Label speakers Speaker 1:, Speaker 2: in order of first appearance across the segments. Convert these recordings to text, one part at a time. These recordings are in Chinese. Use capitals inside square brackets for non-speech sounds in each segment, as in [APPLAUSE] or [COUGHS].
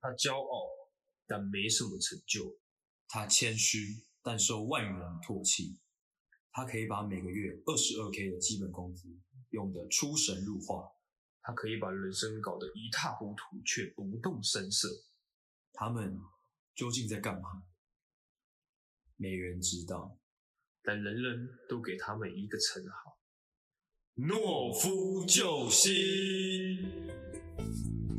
Speaker 1: 他骄傲，但没什么成就。
Speaker 2: 他谦虚，但受万余人唾弃。他可以把每个月二十二 k 的基本工资用得出神入化。
Speaker 1: 他可以把人生搞得一塌糊涂，却不动声色。
Speaker 2: 他们究竟在干嘛？没人知道。
Speaker 1: 但人人都给他们一个称号：
Speaker 2: 懦夫救星。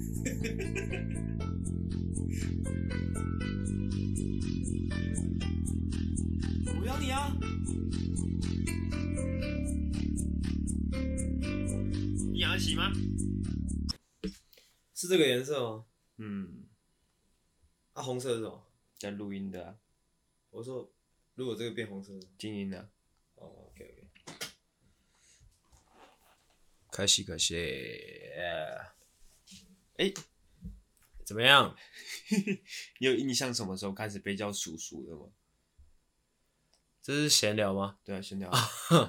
Speaker 2: 我养你啊！
Speaker 1: 你养得起吗？
Speaker 3: 是这个颜色吗？
Speaker 1: 嗯，
Speaker 3: 啊，红色是什么？
Speaker 1: 在录音的、啊，
Speaker 3: 我说，如果这个变红色呢，
Speaker 1: 静音的、啊。
Speaker 3: 哦，OK OK，
Speaker 2: 开始开始。
Speaker 1: 哎、
Speaker 3: 怎么样？
Speaker 1: 你有印象什么时候开始被叫叔叔的吗？
Speaker 3: 这是闲聊吗？
Speaker 1: 对啊，闲聊。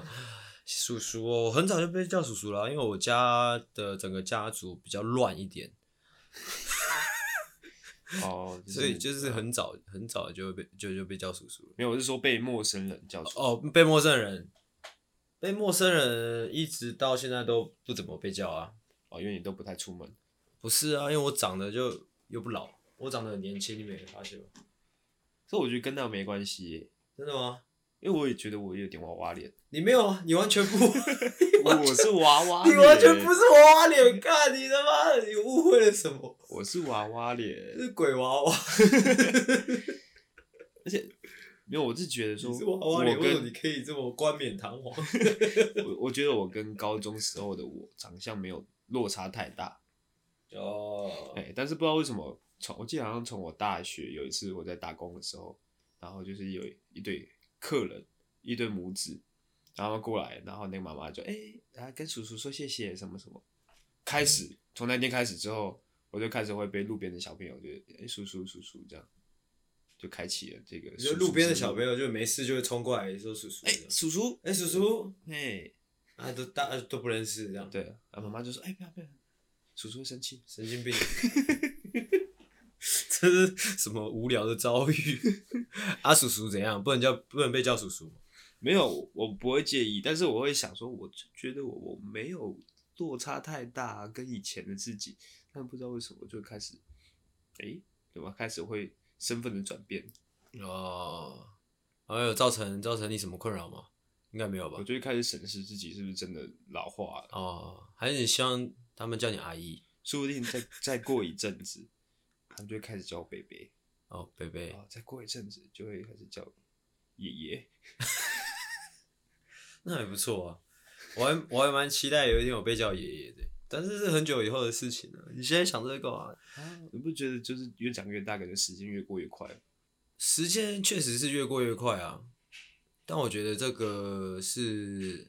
Speaker 3: [LAUGHS] 叔叔哦，我很早就被叫叔叔了，啊因为我家的整个家族比较乱一点， [LAUGHS]
Speaker 1: 哦，就
Speaker 3: 所以就是很早很早就被就就被叫叔叔了。
Speaker 1: 没有，我是说被陌生人叫叔叔。
Speaker 3: 哦，被陌生人，被陌生人一直到现在都不怎么被叫啊。
Speaker 1: 哦，因为你都不太出门。
Speaker 3: 不是啊，因为我长得就又不老，我长得很年轻，你没发现吗？
Speaker 1: 所以我觉得跟那没关系耶、
Speaker 3: 真的吗？
Speaker 1: 因为我也觉得我有点娃娃
Speaker 3: [LAUGHS]
Speaker 1: 脸，
Speaker 3: 你没有，啊，你完全不，
Speaker 1: 我是娃 [LAUGHS] 娃
Speaker 3: 你
Speaker 1: 脸，
Speaker 3: 完全不是娃娃脸，看你他妈的，你误会了什么？
Speaker 1: 我是娃娃脸，
Speaker 3: 是鬼娃娃，
Speaker 1: 没有，我是觉得说，
Speaker 3: 你是娃娃脸，
Speaker 1: 我
Speaker 3: 为什么
Speaker 1: 跟
Speaker 3: 你可以这么冠冕堂皇？
Speaker 1: 我我觉得我跟高中时候的我长相没有落差太大，
Speaker 3: 哦
Speaker 1: 哎、但是不知道为什么，从我记得好像从我大学有一次我在打工的时候，然后就是有一对客人，一对母子，然后过来，然后那个妈妈就哎，来、跟叔叔说谢谢什么什么，开始从那天开始之后，我就开始会被路边的小朋友就哎、叔叔叔叔这样，就开启了这个
Speaker 3: 你
Speaker 1: 叔
Speaker 3: 说
Speaker 1: 叔
Speaker 3: 路边的
Speaker 1: 之路
Speaker 3: 小朋友就没事就会冲过来说叔叔，
Speaker 1: 哎、叔叔
Speaker 3: 哎叔叔，
Speaker 1: 哎、
Speaker 3: 啊都大都不认识这样，
Speaker 1: 对，然后妈妈就说哎、不要不要，叔叔会生气。
Speaker 3: 神经病， [LAUGHS] 这是什么无聊的遭
Speaker 1: [LAUGHS]
Speaker 3: 遇？啊叔叔怎样？不能叫不能被叫叔叔吗？
Speaker 1: 没有，我不会介意，但是我会想说，我就觉得我我没有落差太大，啊跟以前的自己，但不知道为什么就开始，诶，对吧？开始会身份的转变，
Speaker 3: 哦，还有造成造成你什么困扰吗？应该没有吧
Speaker 1: 我？就会开始审视自己是不是真的老化了，
Speaker 3: 哦，还是你希望他们叫你阿姨？
Speaker 1: 说不定再再过一阵子，他们就会开始叫我贝贝，
Speaker 3: 哦，贝贝
Speaker 1: 然，后再过一阵子就会开始叫爷爷。
Speaker 3: 那还不错啊。我还我还蛮期待有一天我被叫爷爷的，但是是很久以后的事情了、你现在想这个干嘛？
Speaker 1: 啊，你不觉得就是越长越大，感觉时间越过越快？
Speaker 3: 时间确实是越过越快啊，但我觉得这个是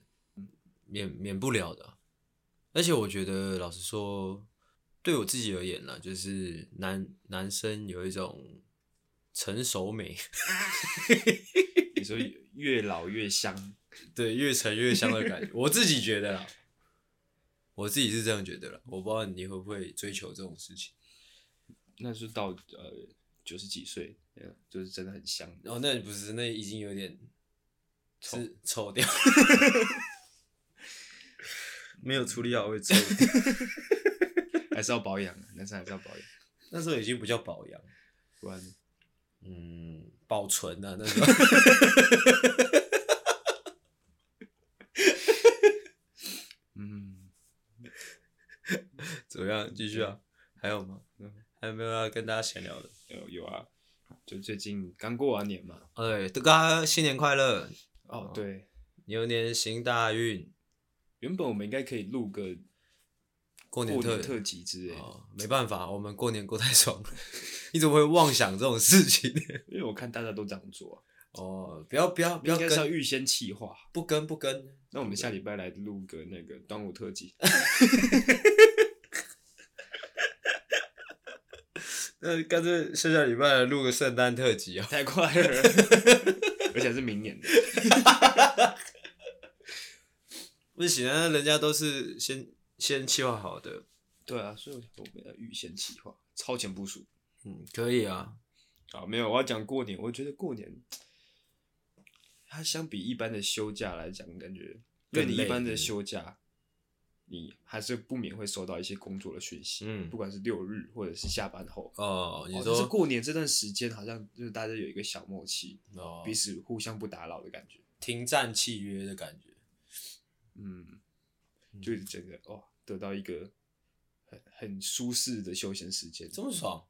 Speaker 3: 免免不了的啊、而且我觉得老实说，对我自己而言啦，就是男男生有一种成熟美。 [LAUGHS]
Speaker 1: 你说越越老越香，
Speaker 3: 对，越沉越香的感觉。我自己觉得啦，我自己是这样觉得啦。我不知道你会不会追求这种事情。
Speaker 1: 那是到呃九十几岁，嗯就是真的很香。
Speaker 3: 哦，那不是，那已经有点是臭掉， [LAUGHS] 没有处理好会臭掉。
Speaker 1: [LAUGHS] 还是要保养啊，男生还是要保养，
Speaker 3: [LAUGHS] 那时候已经不叫保养，
Speaker 1: 不然呢
Speaker 3: 嗯，保存啊，那时候
Speaker 1: 嗯，
Speaker 3: [LAUGHS] 怎么样？继续啊？还有吗？还有没有要跟大家闲聊的？
Speaker 1: 有有啊，就最近刚过完年嘛。
Speaker 3: 哎，大家新年快乐，
Speaker 1: 哦，对，
Speaker 3: 牛年行大运，
Speaker 1: 原本我们应该可以录个
Speaker 3: 过年
Speaker 1: 过
Speaker 3: 特
Speaker 1: 年特辑之类的，
Speaker 3: 哦，没办法，我们过年过太爽了， [LAUGHS] 你怎么会妄想这种事情 [LAUGHS] 呢？
Speaker 1: 因为我看大家都这样做啊，
Speaker 3: 哦，不要不要不要
Speaker 1: 应该是要
Speaker 3: 跟，
Speaker 1: 预先企划。
Speaker 3: 不跟不跟，
Speaker 1: 那我们下礼拜来录个那个端午特 [LAUGHS] 辑，
Speaker 3: 那干脆下下礼拜录个圣诞特辑啊！ [LAUGHS]
Speaker 1: 太快了，而且还是明年的。
Speaker 3: 不行啊，人家都是先先计划好的，
Speaker 1: 对啊，所以我想说我们要预先企划，超前部署。
Speaker 3: 嗯，可以啊，
Speaker 1: 啊，没有，我要讲过年。我觉得过年，它相比一般的休假来讲，感觉因为
Speaker 3: 更
Speaker 1: 你一
Speaker 3: 累
Speaker 1: 般
Speaker 3: 对不对
Speaker 1: 的休假，你还是不免会收到一些工作的讯息，
Speaker 3: 嗯
Speaker 1: 不管是六日或者是下班后。
Speaker 3: 哦，你
Speaker 1: 哦
Speaker 3: 说
Speaker 1: 但是过年这段时间，好像就是大家有一个小默契，
Speaker 3: 哦
Speaker 1: 彼此互相不打扰的感觉。
Speaker 3: 停战契约的感觉，
Speaker 1: 嗯，就是整个哦，得到一个很很舒适的休闲时间。
Speaker 3: 这么爽，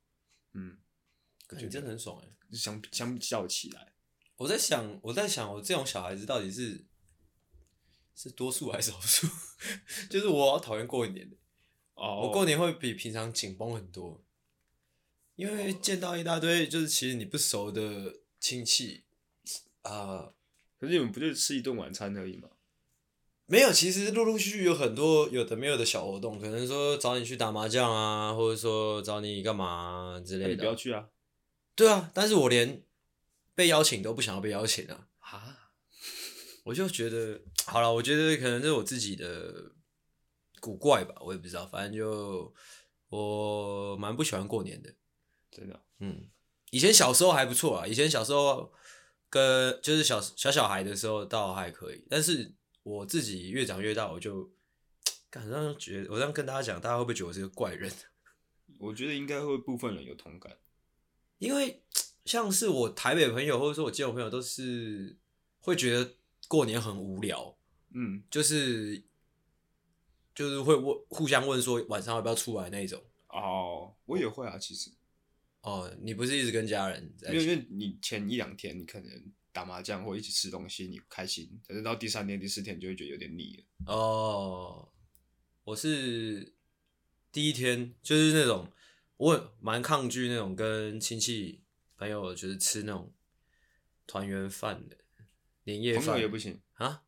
Speaker 1: 嗯，
Speaker 3: 感
Speaker 1: 觉
Speaker 3: 觉真的很爽哎。
Speaker 1: 相相较起来，
Speaker 3: 我在想，我在想，我这种小孩子到底是是多数还是少数？ [LAUGHS] 就是我好讨厌过年的，
Speaker 1: 哦，
Speaker 3: 我过年会比平常紧绷很多，因为见到一大堆就是其实你不熟的亲戚啊、
Speaker 1: 可是你们不就吃一顿晚餐而已吗？
Speaker 3: 没有，其实陆陆续续有很多有的没有的小活动，可能说找你去打麻将啊，或者说找你干嘛啊之
Speaker 1: 那
Speaker 3: 类
Speaker 1: 你不要
Speaker 3: 的。
Speaker 1: 去啊！
Speaker 3: 对啊，但是我连被邀请都不想要被邀请啊，
Speaker 1: 啊，
Speaker 3: 我就觉得好了，我觉得可能是我自己的古怪吧，我也不知道，反正就我蛮不喜欢过年的。
Speaker 1: 真的哦
Speaker 3: 嗯，以前小时候还不错啊，以前小时候跟就是小小小孩的时候倒还可以，但是我自己越长越大，我就感上觉得我这样跟大家讲，大家会不会觉得我是个怪人？ [LAUGHS]
Speaker 1: 我觉得应该会部分人有同感。
Speaker 3: 因为像是我台北朋友或者说我基隆朋友都是会觉得过年很无聊，
Speaker 1: 嗯，
Speaker 3: 就是就是会问互相问说晚上要不要出来那一种。
Speaker 1: 哦，我也会啊，其实，
Speaker 3: 哦，你不是一直跟家人在
Speaker 1: 因
Speaker 3: 一
Speaker 1: 为因
Speaker 3: 起？
Speaker 1: 为你前一两天你可能打麻将或一起吃东西，你开心，但是到第三天、第四天就会觉得有点腻了。
Speaker 3: 哦，我是第一天就是那种我很蛮抗拒那种跟亲戚朋友就是吃那种团圆饭的年夜
Speaker 1: 朋友
Speaker 3: 饭
Speaker 1: 也不行
Speaker 3: 啊，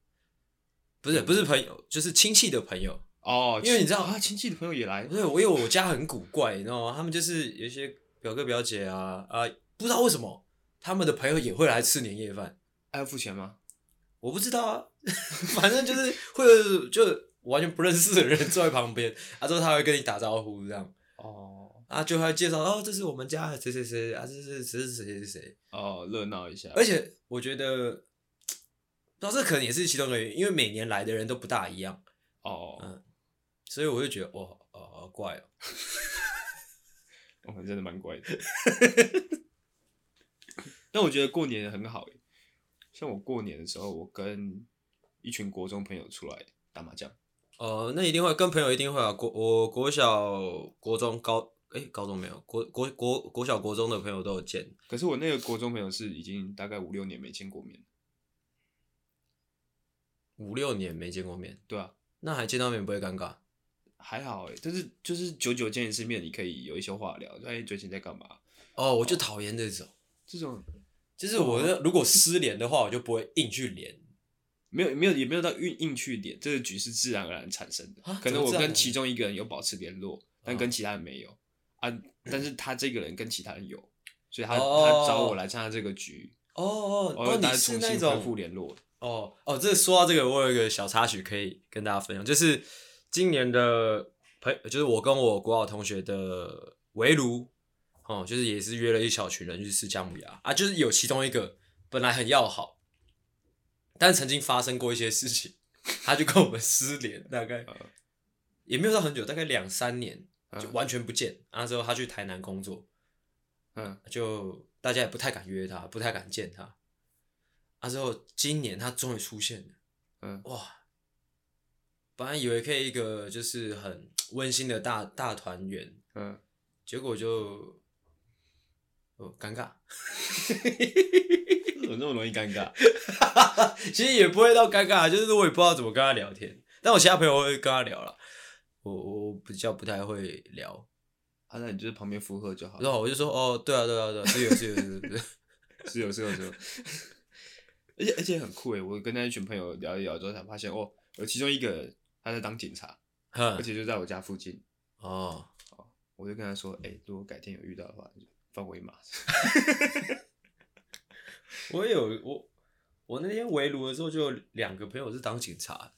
Speaker 3: 不是不是朋友，就是亲戚的朋友。
Speaker 1: 哦，
Speaker 3: 因为你
Speaker 1: 亲
Speaker 3: 知道
Speaker 1: 啊，亲戚的朋友也来
Speaker 3: 不，是，我因为我家很古怪，你知道吗？他们就是有一些表哥表姐啊啊，不知道为什么他们的朋友也会来吃年夜饭，
Speaker 1: 还要付钱吗？
Speaker 3: 我不知道啊， [LAUGHS] 反正就是会有就完全不认识的人坐在旁边，啊之后他会跟你打招呼这样，
Speaker 1: 哦
Speaker 3: 啊就会介绍哦这是我们家谁谁谁啊这是这是谁谁谁，
Speaker 1: 哦，热闹一下，
Speaker 3: 而且我觉得，不知道这可能也是其中一个原因，因为每年来的人都不大一样，
Speaker 1: 哦，
Speaker 3: 嗯所以我就觉得哇哦好怪哦，
Speaker 1: 我们真的蛮乖的。
Speaker 3: [LAUGHS]
Speaker 1: 但我觉得过年很好欸，像我过年的时候，我跟一群国中朋友出来打麻将。
Speaker 3: 哦，那一定会跟朋友一定会啊。国我国小、国中、高诶，高中没有，国国国国小、国中的朋友都有见。
Speaker 1: 可是我那个国中朋友是已经大概五六年没见过面了，
Speaker 3: 五六年没见过面，
Speaker 1: 对啊，
Speaker 3: 那还见到面不会尴尬？
Speaker 1: 还好哎、但是就是久久见一次面，你可以有一些话聊，就哎最近在干嘛？
Speaker 3: 哦，我就讨厌这种，
Speaker 1: 这种
Speaker 3: 就是我的如果失联的话，我就不会硬去连。
Speaker 1: 没有没有也没有到硬硬去点，这个局是自然而然产生的
Speaker 3: 啊。
Speaker 1: 可
Speaker 3: 怎
Speaker 1: 能
Speaker 3: 么
Speaker 1: 我
Speaker 3: 自然而
Speaker 1: 跟
Speaker 3: 然
Speaker 1: 其中一个人有保持联络，但跟其他人没有啊。但是他这个人跟其他人有，所以他、他找我来参加这个局，
Speaker 3: 哦哦
Speaker 1: 然
Speaker 3: 哦，
Speaker 1: 后
Speaker 3: 你
Speaker 1: 大家
Speaker 3: 是
Speaker 1: 重
Speaker 3: 那
Speaker 1: 新恢复
Speaker 3: 种
Speaker 1: 联络。
Speaker 3: 哦哦，这说到这个，我有一个小插曲可以跟大家分享，就是今年的朋，就是我跟我国小同学的围炉，哦，就是也是约了一小群人去吃姜母鸭啊，就是有其中一个本来很要好，但曾经发生过一些事情，他就跟我们失联，大概也没有到很久，大概两三年就
Speaker 1: 呃嗯
Speaker 3: 完全不见。那时候他去台南工作，
Speaker 1: 嗯，
Speaker 3: 就大家也不太敢约他，不太敢见他。啊，之后今年他终于出现了，
Speaker 1: 嗯
Speaker 3: 哇！本来以为可以一个就是很温馨的大大团圆， [LAUGHS]
Speaker 1: 嗯，
Speaker 3: 结果就哦尴尬， [LAUGHS]
Speaker 1: 怎么那么容易尴尬？
Speaker 3: 其实也不会到尴尬，啊就是我也不知道怎么跟他聊天。但我其他朋友会跟他聊了，我我比较不太会聊，
Speaker 1: 啊，那你就是旁边附和就好
Speaker 3: 然
Speaker 1: 了。
Speaker 3: 后我就说哦，对啊，对啊，对啊，是有是有是有是有， [LAUGHS]
Speaker 1: 是有是有是有。而且而且很酷诶，欸我跟那一群朋友聊一聊之后才发现，哦，有其中一个人他在当警察，而
Speaker 3: 哼
Speaker 1: 且就在我家附近。
Speaker 3: 嗯哦，
Speaker 1: 我就跟他说，哎、如果改天有遇到的话，你就放我一马。 [LAUGHS]
Speaker 3: 我也有我我那天围炉的时候，就有两个朋友是当警察的。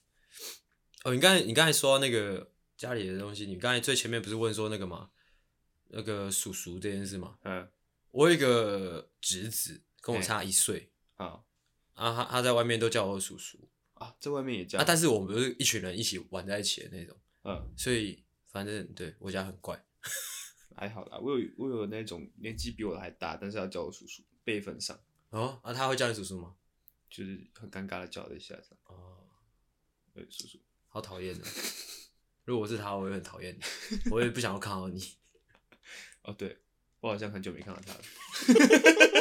Speaker 3: 哦，你刚才你刚才说到那个家里的东西，你刚才最前面不是问说那个吗？那个叔叔这件事嘛，
Speaker 1: 嗯，
Speaker 3: 我有一个侄子跟我
Speaker 1: 嘿
Speaker 3: 差一岁
Speaker 1: 好
Speaker 3: 啊，他他在外面都叫我叔叔
Speaker 1: 啊，在外面也叫，
Speaker 3: 啊，但是我们不是一群人一起玩在一起的那种，
Speaker 1: 嗯，
Speaker 3: 所以反正对我家很怪。
Speaker 1: 还好啦。我有我有那种年纪比我还大，但是要叫我叔叔，辈分上
Speaker 3: 哦，啊，他会叫你叔叔吗？
Speaker 1: 就是很尴尬的叫了一下这样，
Speaker 3: 哦，
Speaker 1: 对，叔叔。
Speaker 3: 好讨厌的。哦 [LAUGHS] 如果我是他，我也很讨厌你，我也不想要看到你。
Speaker 1: 哦，对，我好像很久没看到他了。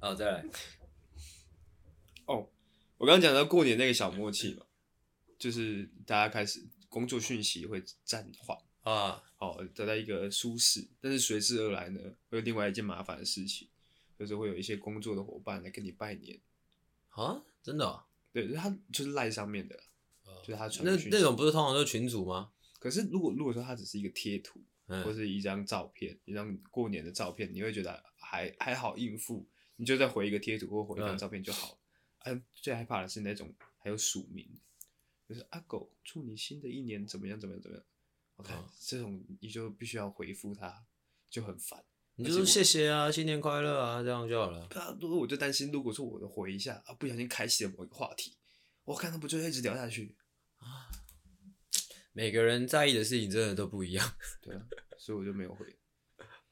Speaker 3: 啊，再来，
Speaker 1: 哦我刚刚讲到过年那个小默契嘛，就是大家开始工作讯息会暂缓，
Speaker 3: 啊，
Speaker 1: 哦，得到一个舒适，但是随之而来呢，会有另外一件麻烦的事情，就是会有一些工作的伙伴来跟你拜年，
Speaker 3: 啊，真的、哦？
Speaker 1: 对，他就是赖上面的啦，就是他传
Speaker 3: 呃那
Speaker 1: 讯息
Speaker 3: 那种不是通常都是群主吗？
Speaker 1: 可是如果如果说它只是一个贴图，或
Speaker 3: 嗯，
Speaker 1: 是一张照片，一张过年的照片，你会觉得还还好应付，你就再回一个贴图或回一张
Speaker 3: 嗯
Speaker 1: 照片就好了。啊，最害怕的是那种还有署名，就是阿狗，祝你新的一年怎么样怎么样怎么样。OK，、
Speaker 3: 哦
Speaker 1: 这种你就必须要回复他，就很烦。
Speaker 3: 你就说谢谢啊，新年快乐啊，这样就好了。
Speaker 1: 对啊，如果我就担心，如果说我的回一下啊，不小心开启了某一个话题，我看他不就一直聊下去？
Speaker 3: 每个人在意的事情真的都不一样， [LAUGHS]
Speaker 1: 对啊，所以我就没有回，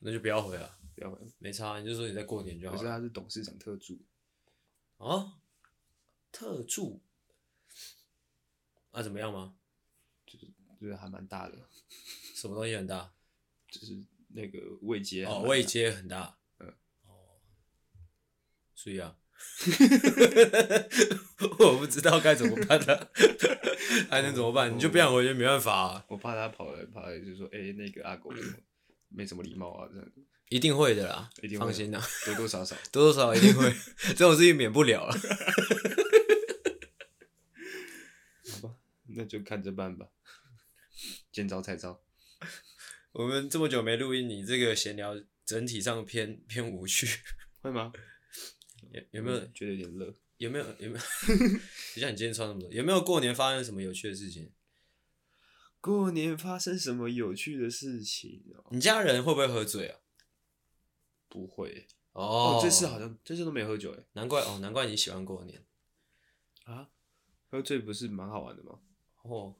Speaker 3: 那就不要回了，
Speaker 1: 不要回。
Speaker 3: 没差，啊你就说你在过年就好
Speaker 1: 可是
Speaker 3: 了。
Speaker 1: 他是董事啊长特助，
Speaker 3: 哦，特助，啊，怎么样吗？
Speaker 1: 就是还蛮大的。
Speaker 3: 什么东西很大？
Speaker 1: 就是那个未接
Speaker 3: 哦，位阶很大。
Speaker 1: 嗯
Speaker 3: 哦，所以
Speaker 1: [LAUGHS]
Speaker 3: 啊， [LAUGHS] 我不知道该怎么办啊，还能怎么办？你就不想回去，没办法、啊，
Speaker 1: 我怕他跑来跑来就说，哎、那个阿狗怎么没什么礼貌啊，这样
Speaker 3: 一定会的啦，
Speaker 1: 一定会
Speaker 3: 放心啦， [LAUGHS]
Speaker 1: 多多少少。
Speaker 3: 多多少少一定会， [LAUGHS] 这种事情免不了啊。
Speaker 1: 那就看着办吧，见招拆招。
Speaker 3: 我们这么久没录音，你这个闲聊整体上偏 [LAUGHS] 偏无趣，
Speaker 1: 会吗？
Speaker 3: 有有没有
Speaker 1: 嗯觉得有点热？
Speaker 3: 有没有有没有？ [LAUGHS] 就像你今天穿那么多，有没有过年发生什么有趣的事情？
Speaker 1: 过年发生什么有趣的事情哦？
Speaker 3: 你家人会不会喝醉啊？
Speaker 1: 不会
Speaker 3: 哦
Speaker 1: 哦，这次好像这次都没有喝酒哎
Speaker 3: 难怪哦，难怪你喜欢过年。
Speaker 1: 啊，喝醉不是蛮好玩的吗？
Speaker 3: 哦，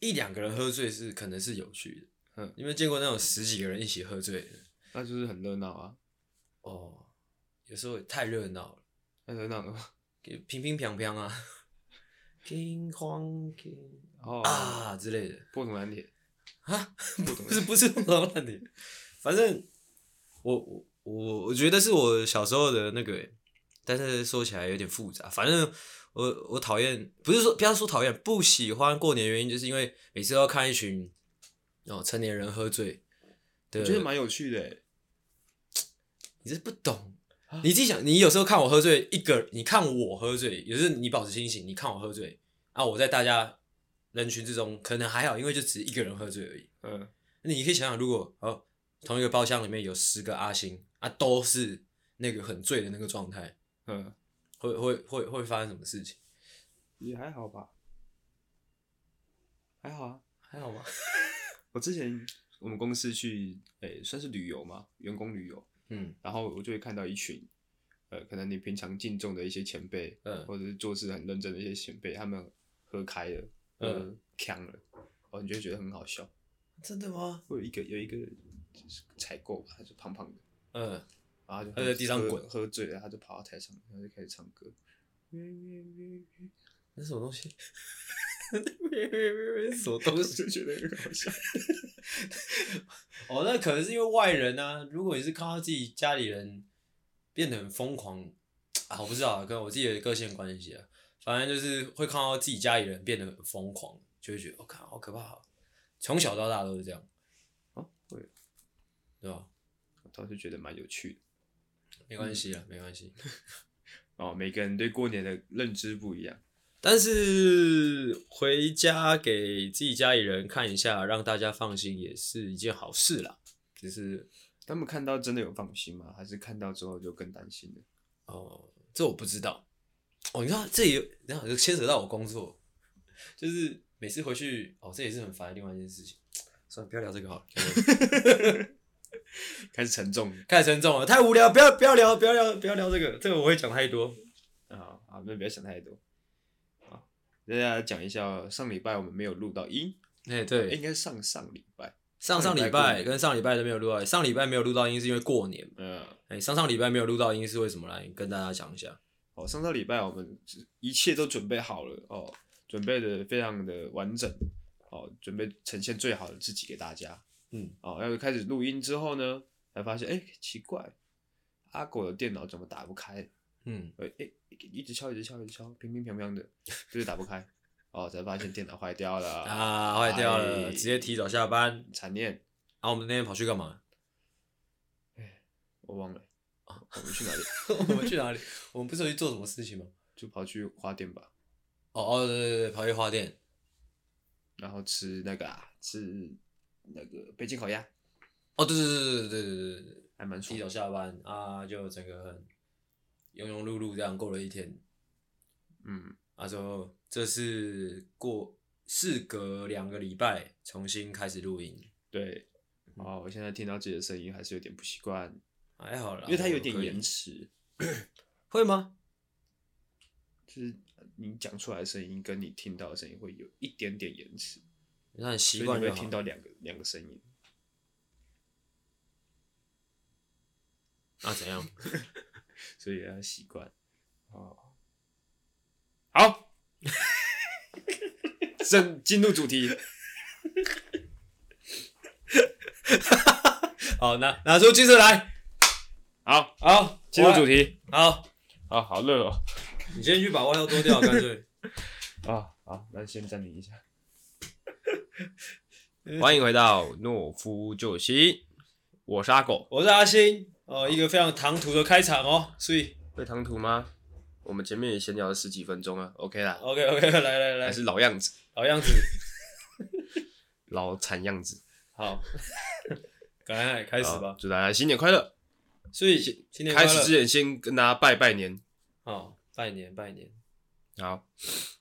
Speaker 3: 一两个人喝醉是可能是有趣的，
Speaker 1: 嗯，
Speaker 3: 你有没有见过那种十几个人一起喝醉的？
Speaker 1: 那就是很热闹啊，
Speaker 3: 哦，有时候也太热闹了，
Speaker 1: 很热闹的吗。
Speaker 3: 给乒乒乓乓
Speaker 1: [LAUGHS]
Speaker 3: 啊，乒乓乒
Speaker 1: 哦，
Speaker 3: 啊之类的
Speaker 1: 破铜烂铁，
Speaker 3: 啊，
Speaker 1: 破
Speaker 3: [LAUGHS] 不
Speaker 1: 铜烂
Speaker 3: 是不是不能乱点，反正我我我我觉得是我小时候的那个欸，但是说起来有点复杂，反正。我我讨厌，不是说不要说讨厌，不喜欢过年的原因，就是因为每次都要看一群哦成年人喝醉，对
Speaker 1: 铁，我觉得蛮有趣的欸。
Speaker 3: 你是不懂
Speaker 1: 啊，
Speaker 3: 你自己想，你有时候看我喝醉，一个你看我喝醉，也就是你保持清醒，你看我喝醉啊，我在大家人群之中可能还好，因为就只是一个人喝醉而已。
Speaker 1: 嗯，
Speaker 3: 那你可以想想，如果哦同一个包厢里面有十个阿星啊，都是那个很醉的那个状态，
Speaker 1: 嗯，
Speaker 3: 会会会会发生什么事情？
Speaker 1: 也还好吧，还好啊。
Speaker 3: 还好吗？
Speaker 1: 我之前我们公司去，诶、算是旅游嘛，员工旅游，
Speaker 3: 嗯
Speaker 1: 然后我就会看到一群，呃，可能你平常敬重的一些前辈，呃
Speaker 3: 嗯
Speaker 1: 或者是做事很认真的一些前辈，他们喝开了，呃
Speaker 3: 嗯，
Speaker 1: 呛了，哦，你就会觉得很好笑。
Speaker 3: 真的吗？
Speaker 1: 我有一个有一个就是采购吧，他是胖胖的，
Speaker 3: 嗯，
Speaker 1: 然后他就
Speaker 3: 他在地上
Speaker 1: 喝
Speaker 3: 滚
Speaker 1: 喝醉了，他就跑到台上，然后就开始唱歌， [LAUGHS]
Speaker 3: 那什么东西？什么东
Speaker 1: 我
Speaker 3: 西？
Speaker 1: 就觉得很好笑。
Speaker 3: 哦，那可能是因为外人啊。如果你是看到自己家里人变得很疯狂啊，我不知道啊，跟我自己的个性有关系啊。反正就是会看到自己家里人变得很疯狂，就会觉得我靠、好可怕、啊。从小到大都是这样，
Speaker 1: 哦，对，
Speaker 3: 对吧？
Speaker 1: 我倒是觉得蛮有趣的。
Speaker 3: 没关系啊，没关系。
Speaker 1: 哦，每个人对过年的认知不一样，
Speaker 3: 但是回家给自己家里人看一下，让大家放心，也是一件好事啦。只是
Speaker 1: 他们看到真的有放心吗？还是看到之后就更担心了？
Speaker 3: 哦，这我不知道。哦，你知道这也，然后就牵扯到我工作，就是每次回去哦，这也是很烦的另外一件事情。 [SNIFFS] 算了，不要聊这个好了，
Speaker 1: 开始沉重
Speaker 3: 太沉重了，太无聊，不要不要聊，不要聊，不要聊这个，这个我会讲太多。
Speaker 1: 啊，好，那不要想太多。啊，跟大家讲一下，哦上礼拜我们没有录到音，
Speaker 3: 哎、
Speaker 1: 诶
Speaker 3: 对，
Speaker 1: 应该是上上礼拜，
Speaker 3: 上上礼拜跟上礼拜都没有录到，上礼拜没有录到音是因为过年嘛，
Speaker 1: 嗯，
Speaker 3: 哎、上上礼拜没有录到音是为什么来跟大家讲一下。
Speaker 1: 哦，上上礼拜我们一切都准备好了哦，准备的非常的完整，哦，准备呈现最好的自己给大家。
Speaker 3: 嗯，
Speaker 1: 哦，要是开始录音之后呢，才发现，哎、奇怪，阿狗的电脑怎么打不开？
Speaker 3: 嗯，
Speaker 1: 呃，哎、一直敲，一直敲，一直敲，乒乒乓乓的，就是打不开。哦，才发现电脑坏掉了，
Speaker 3: [LAUGHS] 啊，坏掉了，
Speaker 1: 哎
Speaker 3: 直接提早下班。然、
Speaker 1: 惨念，
Speaker 3: 后我们那天跑去干嘛？
Speaker 1: 我忘了，
Speaker 3: 哦
Speaker 1: 我们去哪里？
Speaker 3: [LAUGHS] 我们去哪里？我们不是有去做什么事情吗？
Speaker 1: 就跑去花店吧，
Speaker 3: 哦哦，对对对，跑去花店。
Speaker 1: 然后吃那个啊，吃那个北京烤鸭，
Speaker 3: 哦，对对对对对对对对对，
Speaker 1: 还蛮
Speaker 3: 提
Speaker 1: 爽
Speaker 3: 早
Speaker 1: 的。
Speaker 3: 下班啊，就整个很庸庸碌碌这样过了一天。
Speaker 1: 嗯，
Speaker 3: 啊，之后这是过事隔两个礼拜重新开始录音，
Speaker 1: 对。
Speaker 3: 嗯
Speaker 1: 哦，我现在听到自己的声音还是有点不习惯，
Speaker 3: 还好啦，
Speaker 1: 因为它有点
Speaker 3: 可以
Speaker 1: 延，迟，
Speaker 3: 会吗？
Speaker 1: 就是你讲出来的声音跟你听到的声音会有一点点延迟，
Speaker 3: 那很习
Speaker 1: 所以
Speaker 3: 惯
Speaker 1: 你
Speaker 3: 就
Speaker 1: 会
Speaker 3: 好
Speaker 1: 听。到两个两个声音。
Speaker 3: 啊，怎样？
Speaker 1: 所以要习惯。哦，好， [LAUGHS] 正进入主题。
Speaker 3: 好，拿拿出精神来，
Speaker 1: 好，
Speaker 3: 好，
Speaker 1: 进入主。题。
Speaker 3: 好，
Speaker 1: 啊，好热哦。
Speaker 3: 你先去把外套脱掉，干脆。
Speaker 1: 啊，好，那先暂
Speaker 3: [LAUGHS]
Speaker 1: 停一下。
Speaker 3: 欢
Speaker 1: 欢迎回到懦夫救星，我是阿狗。
Speaker 3: 我是阿星，哦，一个非常唐突的开场哦，所以
Speaker 1: 会唐突吗？我们前面也闲聊了十几分钟了，OK 啦，
Speaker 3: OK OK，来 [LAUGHS] 来
Speaker 1: 还
Speaker 3: 来，
Speaker 1: 是老样子，
Speaker 3: 老样子，
Speaker 1: 老惨样子。
Speaker 3: 好，赶快开
Speaker 1: 开
Speaker 3: 始吧。
Speaker 1: 祝大家新年快乐！
Speaker 3: 所以新年快
Speaker 1: 开
Speaker 3: 乐
Speaker 1: 始之前先跟大家拜拜年。
Speaker 3: 好，拜年拜年，
Speaker 1: 好，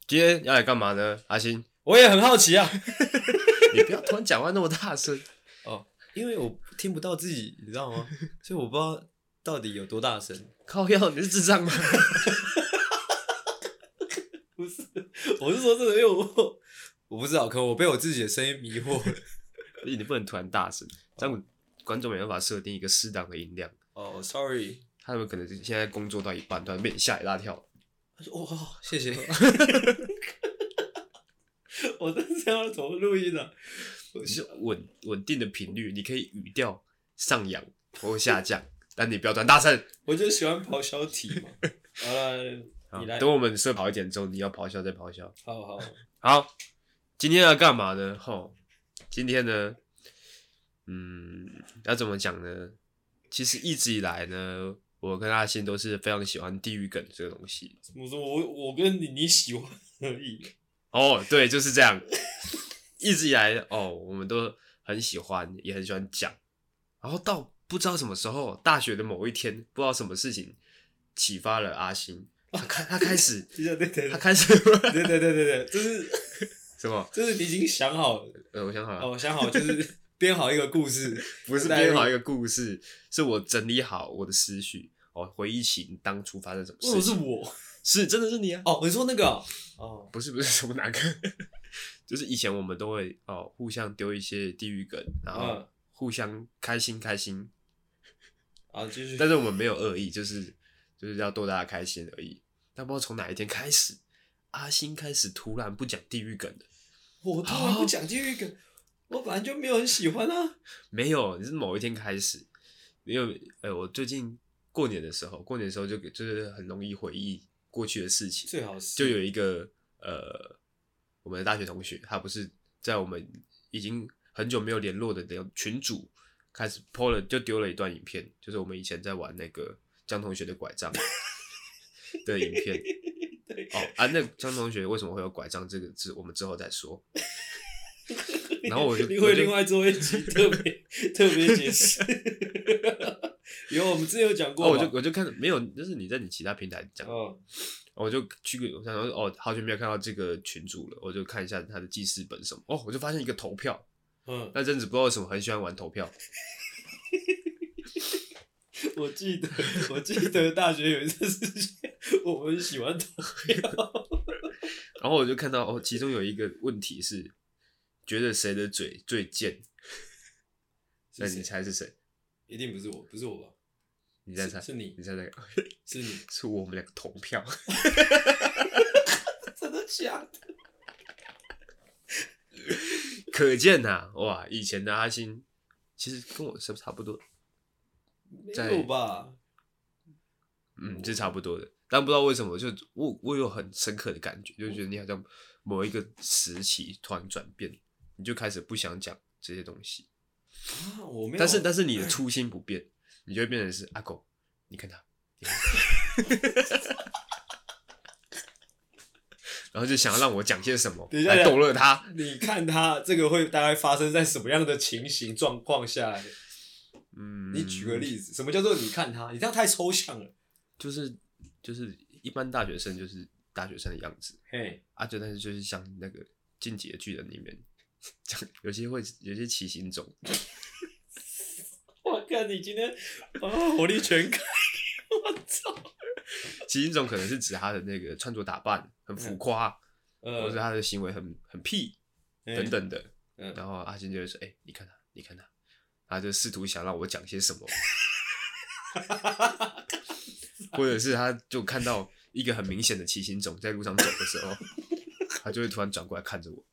Speaker 1: 今天要来干嘛呢？阿星，
Speaker 3: 我也很好奇啊。
Speaker 1: [LAUGHS] 你不要突然讲话那么大声。
Speaker 3: [LAUGHS] 因为我听不到自己，你知道 [LAUGHS] 吗？所以我不知道到底有多大声。
Speaker 1: 靠药，你是智
Speaker 3: [LAUGHS]
Speaker 1: 障吗？
Speaker 3: 不是，我是说真的，因为我我不知道，可能我被我自己的声音迷惑了。
Speaker 1: 而且你不能突然大声，这样观众没办法设定一个适当的音量。
Speaker 3: [LAUGHS] 哦，sorry、
Speaker 1: 他们可能现在工作到一半，突然被你吓一大跳。
Speaker 3: s o r r y 哇、哦谢 [LAUGHS] 谢。我真是要怎么录音呢、啊？
Speaker 1: 你是稳稳定的频率，你可以语调上扬或下降，但你不要突然大声。
Speaker 3: 我就喜欢咆哮体嘛。 [LAUGHS] 好了，
Speaker 1: 好
Speaker 3: 你来
Speaker 1: 等我们社跑一点之后，你要咆哮再咆哮。
Speaker 3: 好好，
Speaker 1: 好，今天要干嘛呢？吼，今天呢，嗯，要怎么讲呢？其实一直以来呢，我跟阿信都是非常喜欢地狱梗这个东西。
Speaker 3: 我说我我跟你你喜欢而已。
Speaker 1: 哦，对，就是这样。 [LAUGHS] 一直以来，哦，我们都很喜欢，也很喜欢讲。然后到不知道什么时候，大学的某一天，不知道什么事情启发了阿星，他开他开始
Speaker 3: 对对对对
Speaker 1: 他开始 [LAUGHS]
Speaker 3: 对对对对，这是
Speaker 1: 什么？
Speaker 3: 这是你已经想好了。
Speaker 1: 呃，我想好
Speaker 3: 哦，
Speaker 1: 了，
Speaker 3: 我想好就是编好一个故事，
Speaker 1: 不是
Speaker 3: 来
Speaker 1: 编好一个故事，是我整理好我的思绪，哦，回忆起当初发生什么
Speaker 3: 为什么
Speaker 1: 事
Speaker 3: 是
Speaker 1: 情。
Speaker 3: 我？
Speaker 1: 是真的是你啊？
Speaker 3: 哦，你说那个哦哦，
Speaker 1: 不是不是什么哪个， [LAUGHS] 就是以前我们都会哦互相丢一些地狱梗，然后
Speaker 3: 嗯
Speaker 1: 互相开心开心，
Speaker 3: 啊，继续。
Speaker 1: 但是我们没有恶意，就是就是要逗大家开心而已。但不知道从哪一天开始，阿星开始突然不讲地狱梗了。
Speaker 3: 我突然不讲地狱梗，我本来就没有很喜欢啊。
Speaker 1: 没有，是某一天开始，因为呃，我最近过年的时候，过年的时候就就是很容易回忆过去的事情，
Speaker 3: 最好是
Speaker 1: 就有一个呃，我们的大学同学，他不是在我们已经很久没有联络的那种群主开始 po 了，就丢了一段影片，就是我们以前在玩那个江同学的拐
Speaker 3: [LAUGHS]
Speaker 1: 杖的影片。
Speaker 3: 对
Speaker 1: 哦啊，那江同学为什么会有拐杖这个字，我们之后再
Speaker 3: [LAUGHS]
Speaker 1: 说。然后我就
Speaker 3: 你
Speaker 1: 我
Speaker 3: 会
Speaker 1: 就哦
Speaker 3: [LAUGHS]
Speaker 1: [LAUGHS]
Speaker 3: 另外做一集特别特别解释。
Speaker 2: 因为我们之前有讲过
Speaker 1: 哦，
Speaker 2: 嘛，
Speaker 1: 我就我就看没有，就是你在你其他平台
Speaker 3: 哦
Speaker 1: 讲，
Speaker 2: 嗯
Speaker 1: 我就去我想说哦，好久没有看到这个群主了，我就看一下他的记事本什么，哦，我就发现一个投票，
Speaker 2: 嗯，
Speaker 1: 那阵子不知道为什么很喜欢玩投票，
Speaker 2: [LAUGHS] 我记得我记得大学有一次事情，我们喜欢投票，
Speaker 1: 然后我就看到哦，其中有一个问题是，觉得谁的嘴最贱？
Speaker 2: 是
Speaker 1: [LAUGHS] 那
Speaker 2: 谁
Speaker 1: 你猜是谁？
Speaker 2: 一定不是我，不是我吧？
Speaker 1: 你再
Speaker 2: 是
Speaker 1: 猜，
Speaker 2: 是你
Speaker 1: 你猜猜看，
Speaker 2: 是你，
Speaker 1: [LAUGHS] 是我们两个同票。
Speaker 2: 真的假的？
Speaker 1: [LAUGHS] 可见呐、哇，以前的阿星其实跟我是差不多，在
Speaker 2: 没有吧？
Speaker 1: 嗯，是差不多的。但不知道为什么，就我我有很深刻的感觉，就觉得你好像某一个时期突然转变，你就开始不想讲这些东西。
Speaker 2: 啊，我没有。
Speaker 1: 但是但是你的初心不变，你就会变成是阿狗，你看他， [LAUGHS] 你看他然后就想要让我讲些什么
Speaker 2: 等一下
Speaker 1: 来逗乐他。
Speaker 2: 你看他这个会大概发生在什么样的情形状况下？
Speaker 1: 嗯，
Speaker 2: 你举个，例子，什么叫做你看他？你这样太抽象了。
Speaker 1: 就是就是一般大学生就是大学生的样子
Speaker 2: 嘿，
Speaker 1: 啊，就但是就是像那个《进击的巨人》里面， [LAUGHS] 讲有些会有些奇形种，
Speaker 2: 我看你今天啊，火力全开，我操！
Speaker 1: 奇形种可能是指他的那个穿着打扮很浮夸，
Speaker 2: 呃哎
Speaker 1: 或者是他的行为很很屁等，等的。
Speaker 2: 嗯
Speaker 1: 然后阿星就会说：“哎、你看他，你看他，他就试图想让我讲
Speaker 2: [LAUGHS]
Speaker 1: 些什么，或者是他就看到一个很明显的骑行种在路上走的时候，他就会突然转过来看着我，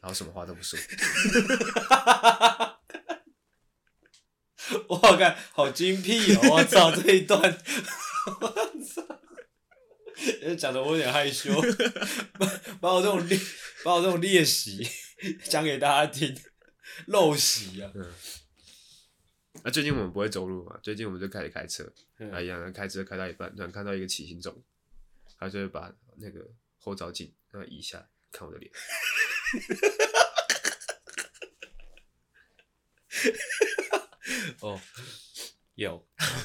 Speaker 1: 然后什么话都不说。
Speaker 2: 我好看，好精辟哦！我操，这一段，我操，讲的我有点害羞，把把我这种练，把我这种练习讲给大家听，陋习啊！
Speaker 1: 那、啊最近我们不会走路嘛，最近我们就开始开车，
Speaker 2: 嗯
Speaker 1: 啊一样开车开到一半，突然看到一个骑行种，他就会把那个后照镜然后移下来看我的脸，
Speaker 3: 哦，有，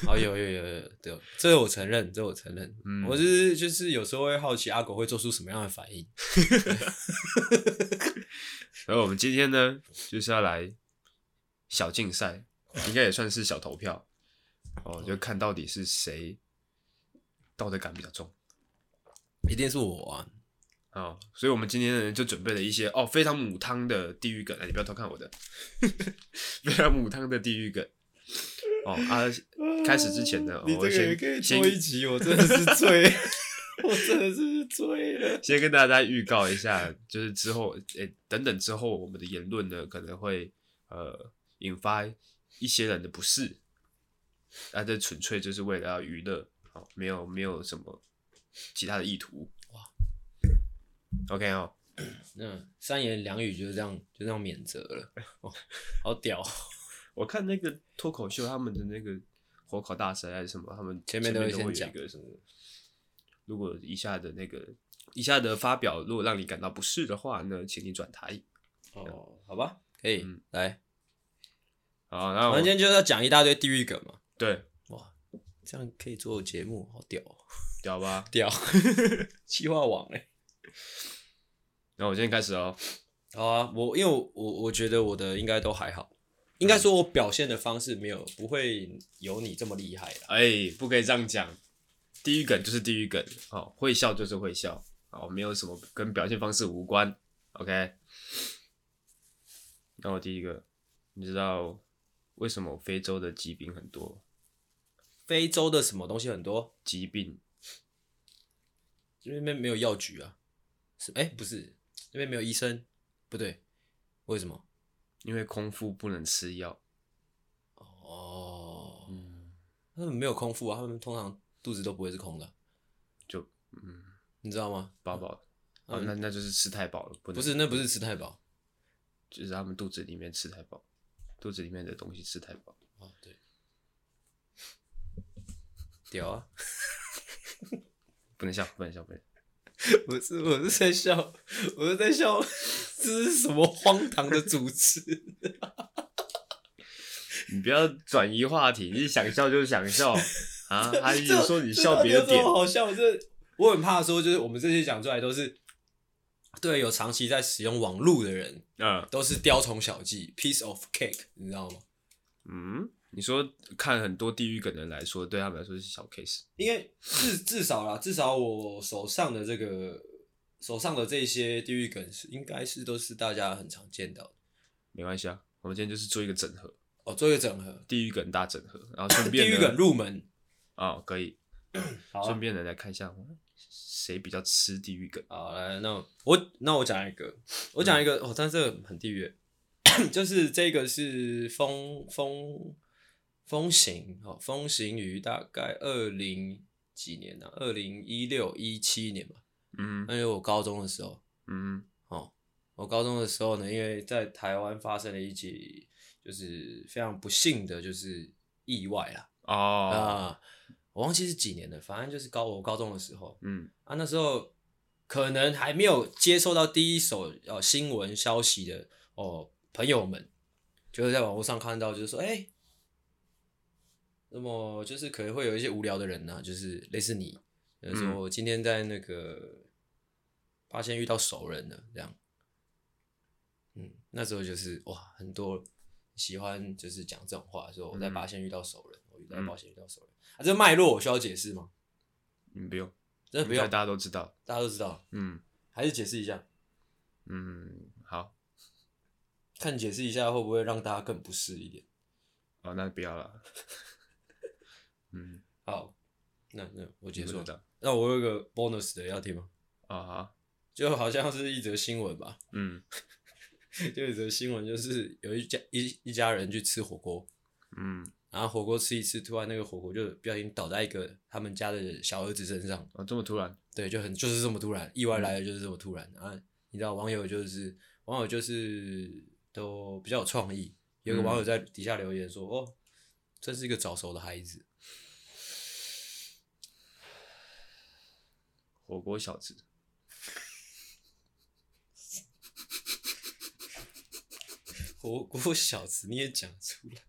Speaker 3: 哦有有有有有，对，这个我承认，这个我承认。
Speaker 1: 嗯
Speaker 3: 我就是就是有时候会好奇阿狗会做出什么样的反应。
Speaker 1: 然后我们今天呢，就是要来小竞赛，应该也算是小投票哦，就看到底是谁道德感比较重
Speaker 3: 一定是我啊！
Speaker 1: 哦。所以我们今天呢，就准备了一些哦非常母汤的地狱梗，哎，你不要偷看我的， [LAUGHS] 非常母汤的地狱梗哦啊！开始之前呢，哦
Speaker 2: 你
Speaker 1: 我
Speaker 2: 这个也
Speaker 1: 先
Speaker 2: 可以
Speaker 1: 先
Speaker 2: 做一集，我真的是醉，我真的是醉了。
Speaker 1: 先跟大家预告一下，就是之后诶、等等之后我们的言论呢可能会呃引发一些人的不适，啊，这纯粹就是为了要娱乐，哦，没有没有什么其他的意图。哇，OK 哦，
Speaker 3: 嗯，三言两语就这样就这样免责了，哦，好屌！
Speaker 1: 我看那个脱口秀他们的那个火烤大赛还是什么，他们
Speaker 3: 前面都会
Speaker 1: 会
Speaker 3: 先
Speaker 1: 有
Speaker 3: 讲
Speaker 1: 一个什么，如果以下的那个以下的发表如果让你感到不适的话呢，请你转台。
Speaker 2: 哦，好吧，
Speaker 3: 可以、
Speaker 1: 嗯
Speaker 3: 来，
Speaker 1: 好，那
Speaker 3: 我
Speaker 1: 我
Speaker 3: 们今天就是要讲一大堆地狱梗嘛，
Speaker 1: 对。
Speaker 3: 这样可以做节目，好屌哦、
Speaker 1: 屌吧？
Speaker 3: 屌， [LAUGHS] 气化网哎、
Speaker 1: 那我先开始哦。
Speaker 3: 好啊，我因为我我我觉得我的应该都还好，应该说我表现的方式没有不会有你这么厉害啦。
Speaker 1: 哎、不可以这样讲，地狱梗就是地狱梗，哦，会笑就是会笑，哦，没有什么跟表现方式无关。OK，那我第一个，你知道为什么非洲的疾病很多？
Speaker 3: 非洲的什么东西很多，
Speaker 1: 疾病
Speaker 3: 因为那边没有药局啊，是哎、不是那边没有医生，不对，为什么？
Speaker 1: 因为空腹不能吃药，
Speaker 3: 哦，
Speaker 1: 嗯，
Speaker 3: 他们没有空腹啊，他们通常肚子都不会是空的，啊
Speaker 1: 就嗯
Speaker 3: 你知道吗？
Speaker 1: 饱饱，哦，那那就是吃太饱了，不
Speaker 3: 嗯
Speaker 1: 能
Speaker 3: 不是，那不是吃太饱
Speaker 1: 就是他们肚子里面吃太饱，肚子里面的东西吃太饱。
Speaker 3: 哦，对，屌啊！ [LAUGHS]
Speaker 1: 不能笑，不能笑，不能笑。
Speaker 3: 不是，我是在笑，我是在笑，这是什么荒唐的主持？
Speaker 1: 你不要转移话题，你想笑就想笑
Speaker 3: [LAUGHS]
Speaker 1: 啊！他一直
Speaker 3: 这
Speaker 1: 说你
Speaker 3: 这
Speaker 1: 笑
Speaker 3: 到底
Speaker 1: 别
Speaker 3: 有
Speaker 1: 的
Speaker 3: 什
Speaker 1: 点
Speaker 3: 么，好笑，我这我很怕说，就是我们这些讲出来都是对有长期在使用网络的人，
Speaker 1: 嗯
Speaker 3: 都是雕虫小技，piece of cake，你知道吗？
Speaker 1: 嗯，你说看很多地狱梗的人来说，对他们来说是小 case，
Speaker 3: 因为至至少啦，至少我手上的这个手上的这些地狱梗是应该是都是大家很常见到的
Speaker 1: 没关系啊。我们今天就是做一个整合，
Speaker 3: 哦，做一个整合，
Speaker 1: 地狱梗大整合，然后顺
Speaker 3: 地
Speaker 1: 便
Speaker 3: 狱
Speaker 1: 呢
Speaker 3: 梗入门，
Speaker 1: 哦，可以，
Speaker 3: 好啊
Speaker 1: 顺便呢来看一下嗯谁比较吃地狱梗。
Speaker 3: 好，来，那我那我讲一个，我讲一个、
Speaker 1: 嗯
Speaker 3: 哦，但是这个很地狱， [COUGHS] 就是这个是风风风行哦，风行于大概二零几年呢、啊，二零一六一七年吧，
Speaker 1: 嗯
Speaker 3: 那是我高中的时候
Speaker 1: 嗯
Speaker 3: 哦，我高中的时候呢，因为在台湾发生了一起就是非常不幸的，就是意外啦啊、
Speaker 1: 哦
Speaker 3: 我忘记是几年了，反正就是高我高中的时候，
Speaker 1: 嗯
Speaker 3: 啊，那时候可能还没有接受到第一手呃新闻消息的哦，朋友们就是在网络上看到，就是说，哎、那么就是可能会有一些无聊的人呢、就是类似你，就是说
Speaker 1: 嗯
Speaker 3: 我今天在那个发现遇到熟人了，这样，嗯，那时候就是哇，很多喜欢就是讲这种话，说我在
Speaker 1: 嗯
Speaker 3: 八仙遇到熟人，我遇在
Speaker 1: 嗯
Speaker 3: 八仙遇到熟人，啊，这脉络我需要解释吗？
Speaker 1: 嗯，不用，
Speaker 3: 真的不
Speaker 1: 应该
Speaker 3: 用，
Speaker 1: 大家都知道。
Speaker 3: 大家都知道。
Speaker 1: 嗯
Speaker 3: 还是解释一下，
Speaker 1: 嗯，好，
Speaker 3: 看解释一下会不会让大家更不适一点。
Speaker 1: 哦，那不要了。嗯，
Speaker 3: 好，那那我结束
Speaker 1: 你们知
Speaker 3: 了。
Speaker 1: 道。
Speaker 3: 那我有一个 bonus 的要听吗？
Speaker 1: 啊好，
Speaker 3: 就好像是一则新闻吧， [LAUGHS]
Speaker 1: 嗯
Speaker 3: 就一则新闻，就是有一家一一家人去吃火锅，
Speaker 1: 嗯，
Speaker 3: 然后火锅吃一吃，突然那个火锅就不小心倒在一个他们家的小儿子身上，
Speaker 1: 哦，这么突然，
Speaker 3: 对，就很就是这么突然，意外来的就是这么突然啊！你知道网友就是网友就是都比较有创意，有个网友在底下留言说：“哦，真是一个早熟的孩子。”
Speaker 1: 火锅小子。
Speaker 3: 火锅小子你也讲出来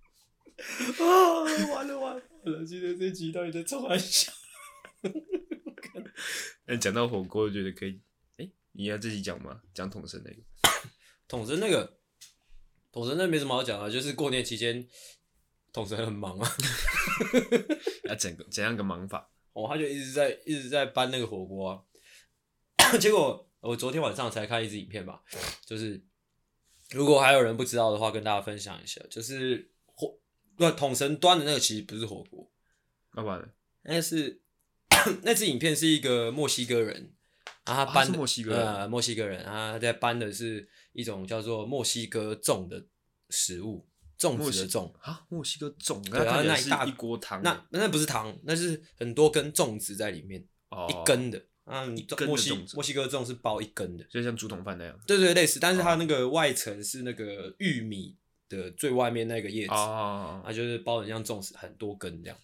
Speaker 3: 啊！完了完了完了！今天这集到底在开玩笑？ [LAUGHS]
Speaker 1: 那讲到火锅，我觉得可以。哎、你要自己讲吗？讲统神那个。
Speaker 3: 统神那个，统神那没什么好讲的，啊就是过年期间，统神很忙啊，
Speaker 1: 那、啊整个怎样个忙法？
Speaker 3: 哦，他就一直在一直在搬那个火锅、啊， [COUGHS] 结果我昨天晚上才看一支影片吧，就是如果还有人不知道的话，跟大家分享一下，就是火那统神端的那个其实不是火锅，
Speaker 1: 要不然呢
Speaker 3: 那是 [COUGHS] 那支影片是一个墨西哥人，啊，他
Speaker 1: 他
Speaker 3: 搬
Speaker 1: 是
Speaker 3: 的、
Speaker 1: 墨西哥人
Speaker 3: 呃墨西哥人，啊，他在搬的是一种叫做墨西哥粽的食物，粽
Speaker 1: 墨
Speaker 3: 子的
Speaker 1: 西
Speaker 3: 粽，
Speaker 1: 啊，墨西哥粽，
Speaker 3: 对
Speaker 1: 它看起
Speaker 3: 然后那
Speaker 1: 来
Speaker 3: 一
Speaker 1: 是
Speaker 3: 大
Speaker 1: 一锅汤，
Speaker 3: 那那不是糖，那是很多根粽子在里面，
Speaker 1: 哦
Speaker 3: 一，根的，啊，你
Speaker 1: 根的
Speaker 3: 墨西
Speaker 1: 粽子
Speaker 3: 墨西哥粽是包一根的，
Speaker 1: 就像竹筒饭那样。
Speaker 3: 对对类似，但是
Speaker 1: 哦
Speaker 3: 它那个外层是那个玉米的最外面那个叶子，
Speaker 1: 哦，
Speaker 3: 它就是包的像粽子很多根这样，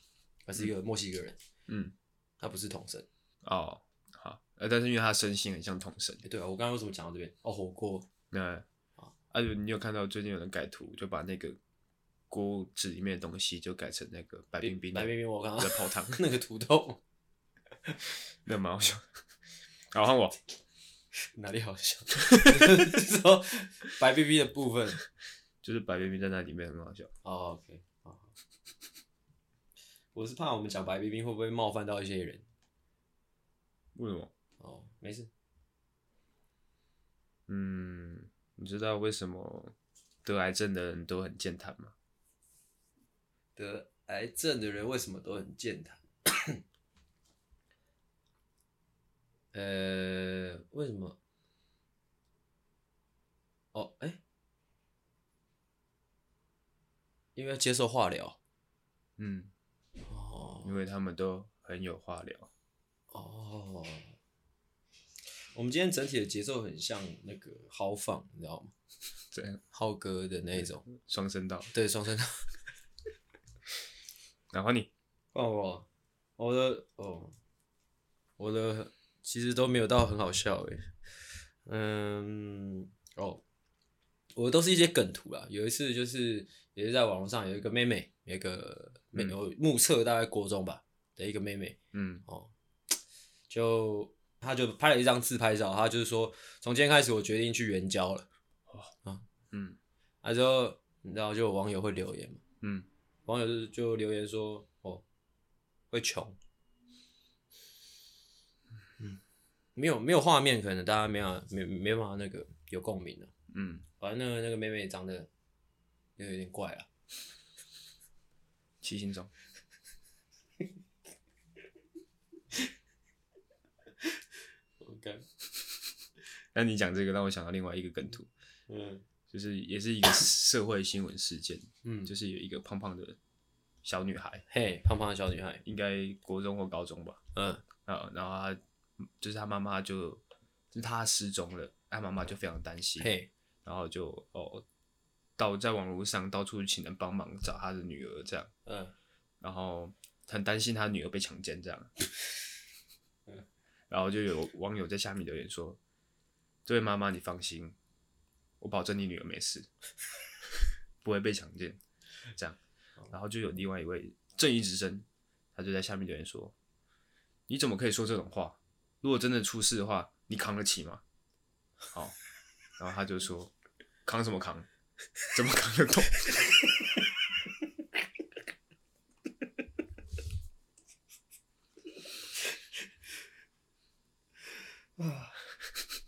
Speaker 3: 他是一个墨西哥人，
Speaker 1: 嗯，
Speaker 3: 他不是同生。
Speaker 1: 哦，好，呃，但是因为他身心很像统神，
Speaker 3: 欸对啊，我刚刚为什么讲到这边？哦，火锅，
Speaker 1: 那
Speaker 3: 好
Speaker 1: 啊，你有看到最近有人改图，就把那个锅子里面的东西就改成那个白冰冰的，
Speaker 3: 白冰冰哦我刚刚
Speaker 1: 在泡汤，
Speaker 3: [LAUGHS] 那个土豆 [LAUGHS]
Speaker 1: 那蛮好笑。 [LAUGHS] 好，换我，
Speaker 3: 哪里好
Speaker 1: [LAUGHS]
Speaker 3: 笑？说白 B B 的部分。
Speaker 1: 就是白冰冰在那里面很好笑。
Speaker 3: 哦，OK，好好。我是怕我们讲白 B B 会不会冒犯到一些人。
Speaker 1: 为什么？
Speaker 3: 哦，没事。
Speaker 1: 嗯，你知道为什么得癌症的人都很健谈吗？
Speaker 3: 得癌症的人为什么都很健谈？呃，为什么？哦，哎、因为要接受化疗。
Speaker 1: 嗯，
Speaker 3: 哦
Speaker 1: 因为他们都很有话聊。
Speaker 3: 哦，我们今天整体的节奏很像那个豪放，你知道吗？
Speaker 1: 这样
Speaker 3: 浩哥的那一种，
Speaker 1: 双声道，
Speaker 3: 对，双声道。
Speaker 1: 然后你
Speaker 3: 换我，哦我的哦，我的欸其实都没有到很好笑诶。嗯，哦，我都是一些梗图啦。有一次就是也是在网络上有一个妹妹，有一个妹，
Speaker 1: 嗯
Speaker 3: 我目测大概国中吧的一个妹妹，
Speaker 1: 嗯
Speaker 3: 就她就拍了一张自拍照，她就是说从今天开始我决定去援交了。
Speaker 1: 嗯
Speaker 3: 啊之后你知道就有网友会留言嘛，
Speaker 1: 嗯，
Speaker 3: 网友就就留言说哦会穷，嗯，没有没有画面，可能大家没有没没办法那个有共鸣的、啊
Speaker 1: 嗯，
Speaker 3: 反正那个那个妹妹长得有有点怪啊，
Speaker 1: 七星钟，
Speaker 3: 我干，
Speaker 1: 那你讲这个让我想到另外一个梗图，
Speaker 3: 嗯
Speaker 1: 就是也是一个社会新闻事件，
Speaker 3: 嗯，就
Speaker 1: 就是有一个胖胖的小女孩，
Speaker 3: 嘿胖胖的小女孩，
Speaker 1: 应该国中或高中吧，
Speaker 3: 嗯
Speaker 1: 啊，然后她就是她妈妈就就是她失踪了，她妈妈就非常担心，
Speaker 3: 嘿
Speaker 1: 然后就哦到在网络上到处请人帮忙找她的女儿这样，
Speaker 3: 嗯
Speaker 1: 然后很担心她女儿被强奸这样，然后就有网友在下面留言说：“这位妈妈，你放心，我保证你女儿没事，不会被强奸。”这样，然后就有另外一位正义之声，他就在下面留言说：“你怎么可以说这种话？如果真的出事的话，你扛得起吗？”好，然后他就说：“扛什么扛？怎么扛得动？”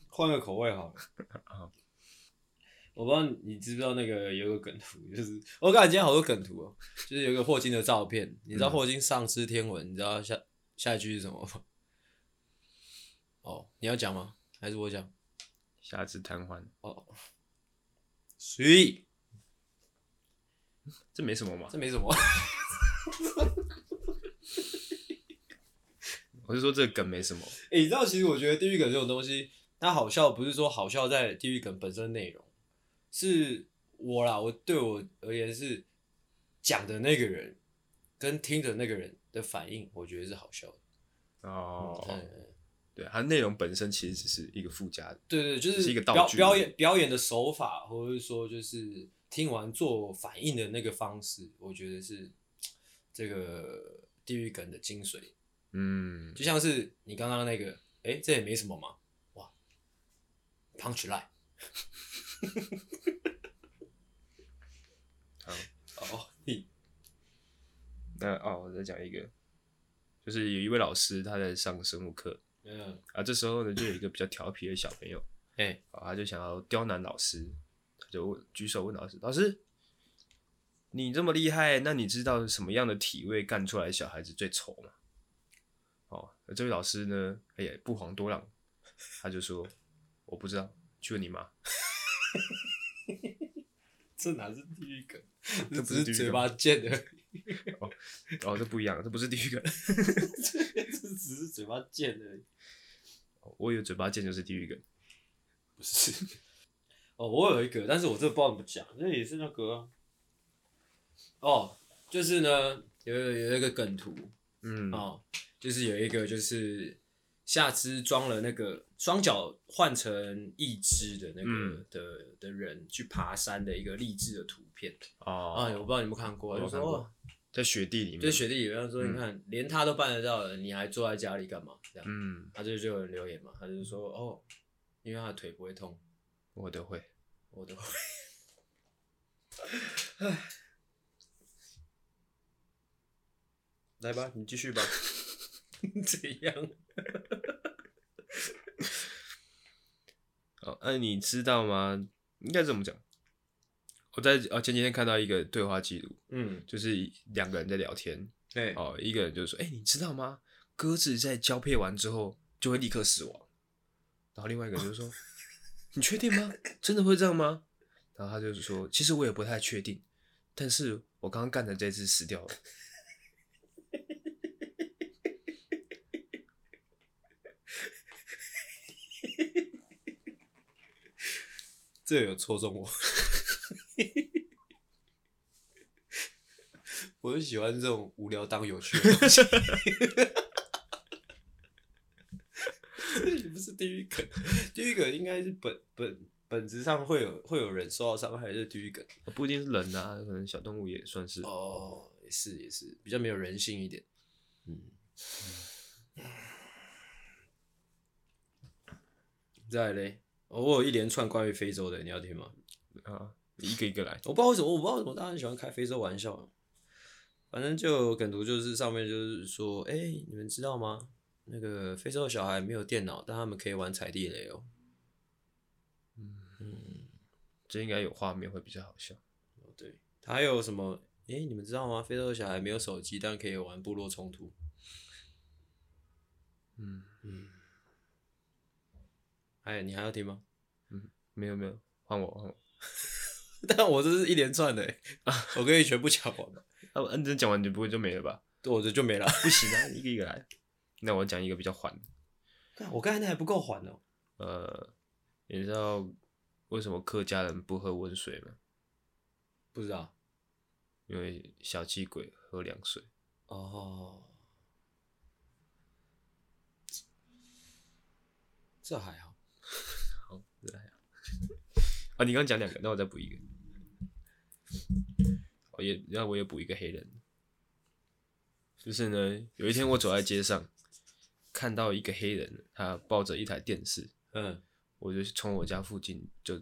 Speaker 3: 换个口味好了。我不知道你知不知道那个有一个梗图，就是我感觉今天好多梗图哦，就是有一个霍金的照片，你知道
Speaker 1: 嗯
Speaker 3: 霍金丧失天文，你知道下下一句是什么吗？ [LAUGHS] 哦，你要讲吗？还是我讲？
Speaker 1: 下肢瘫痪，
Speaker 3: 哦，所以
Speaker 1: 这没什么嘛。
Speaker 3: 这没什么，
Speaker 1: 我是说这个梗没什么，
Speaker 3: 欸你知道，其实我觉得地狱梗这种东西，它好笑不是说好笑在地狱梗本身内容，是我啦，我对我而言是讲的那个人跟听的那个人的反应，我觉得是好笑的。
Speaker 1: 哦，
Speaker 3: 嗯嗯
Speaker 1: 对，它内容本身其实只是一个附加的，
Speaker 3: 对对，就是
Speaker 1: 是一个道
Speaker 3: 表
Speaker 1: 具
Speaker 3: 表演表演的手法，或者是说就是听完做反应的那个方式，我觉得是这个地狱梗的精髓。
Speaker 1: 嗯，
Speaker 3: 就像是你刚刚那个，哎、这也没什么嘛，哇，punch [LAUGHS] line。哦，你
Speaker 1: 那哦，我再讲一个，就是有一位老师他在上生物课
Speaker 3: 嗯，
Speaker 1: 啊，这时候呢就有一个比较调皮的小朋友
Speaker 3: 哎、
Speaker 1: 啊，他就想要刁难老师，他就问举手问老师，老师，你这么厉害，那你知道什么样的体位干出来的小孩子最丑吗？哦，那这位老师呢，哎呀，不遑多让，他就说我不知道，去问你妈。
Speaker 3: 这哪是地狱梗？
Speaker 1: 这不
Speaker 3: 只是
Speaker 1: 是地狱梗
Speaker 3: 嘴巴贱而已，
Speaker 1: 哦，这不一样，这不是第一
Speaker 3: [LAUGHS]
Speaker 1: 个。
Speaker 3: 这只是嘴巴贱而已，
Speaker 1: 我以为嘴巴贱就是地狱梗。
Speaker 3: 不是。哦，我有一个，但是我这不知道怎么讲，这也是那个啊、哦，就是呢，有有有一个梗图，
Speaker 1: 嗯
Speaker 3: 哦，就是有一个就是下肢装了那个双脚换成一只的那个、
Speaker 1: 嗯
Speaker 3: 的的人去爬山的一个励志的图片啊、
Speaker 1: 哦，
Speaker 3: 我不知道你有没有看过，
Speaker 1: 我
Speaker 3: 就
Speaker 1: 有
Speaker 3: 说
Speaker 1: 看过嗯
Speaker 3: 哦
Speaker 1: 在雪地里面。
Speaker 3: 就是雪地里面说，你看、连他都办得到了，你还坐在家里干嘛？这样，
Speaker 1: 嗯，
Speaker 3: 他就就有人留言嘛，他就说哦，因为他的腿不会痛，
Speaker 1: 我都会。
Speaker 3: 我的。
Speaker 1: 来吧，你继续 [LAUGHS] 吧。
Speaker 3: 怎样？
Speaker 1: 哦，那、你知道吗？应该怎么讲？我在哦前几天看到一个对话记录，
Speaker 3: 嗯，
Speaker 1: 就是两个人在聊天。
Speaker 3: 对，
Speaker 1: 哦，一个人就说：“哎、你知道吗？鸽子在交配完之后就会立刻死亡。”然后另外一个就说：“你确定吗？真的会这样吗？”然后他就是说：“其实我也不太确定，但是我刚刚干的这只死掉了。”
Speaker 3: 这有戳中我。我就喜欢这种无聊当有趣的东西。这也不是地狱梗，地狱梗应该是本本
Speaker 2: 本质上会有会有人受到伤害，就是地狱梗。
Speaker 1: 不一定是人啊，可能小动物也算是。
Speaker 3: 哦，也是也是，比较没有人性一点。嗯，再来嘞，哦我有一连串关于非洲的，你要听吗？
Speaker 1: 啊，一个一个来。
Speaker 3: 我不知道为什么，我不知道为什么大家很喜欢开非洲玩笑。反正就梗图就是上面就是说，哎、你们知道吗？那个非洲的小孩没有电脑，但他们可以玩踩地雷哦。嗯
Speaker 1: 这应该有画面会比较好笑。
Speaker 3: 哦对，他还有什么？哎、你们知道吗？非洲的小孩没有手机，但可以玩部落冲突。
Speaker 1: 嗯，
Speaker 3: 哎，你还要听吗？ [LAUGHS]
Speaker 1: 没有没有，换我换我。
Speaker 3: 但我这是一连串的欸， [LAUGHS] 我可以全部讲完吗？
Speaker 1: 啊，我认真讲完你不会就没了吧？
Speaker 3: 我这就没了。
Speaker 1: 不行啊，一个一个来。那我讲一个比较缓的，
Speaker 3: 干我刚才那还不够还哦。
Speaker 1: 呃，你知道为什么客家人不喝温水吗？
Speaker 3: 不知道。
Speaker 1: 因为小气鬼喝凉水。
Speaker 3: 哦，这还好。
Speaker 1: 好，来啊！啊，你刚刚讲两个，那我再补一个。我也，那我也补一个黑人。就是呢，有一天我走在街上，看到一个黑人，他抱着一台电视，
Speaker 3: 嗯
Speaker 1: 我就从我家附近就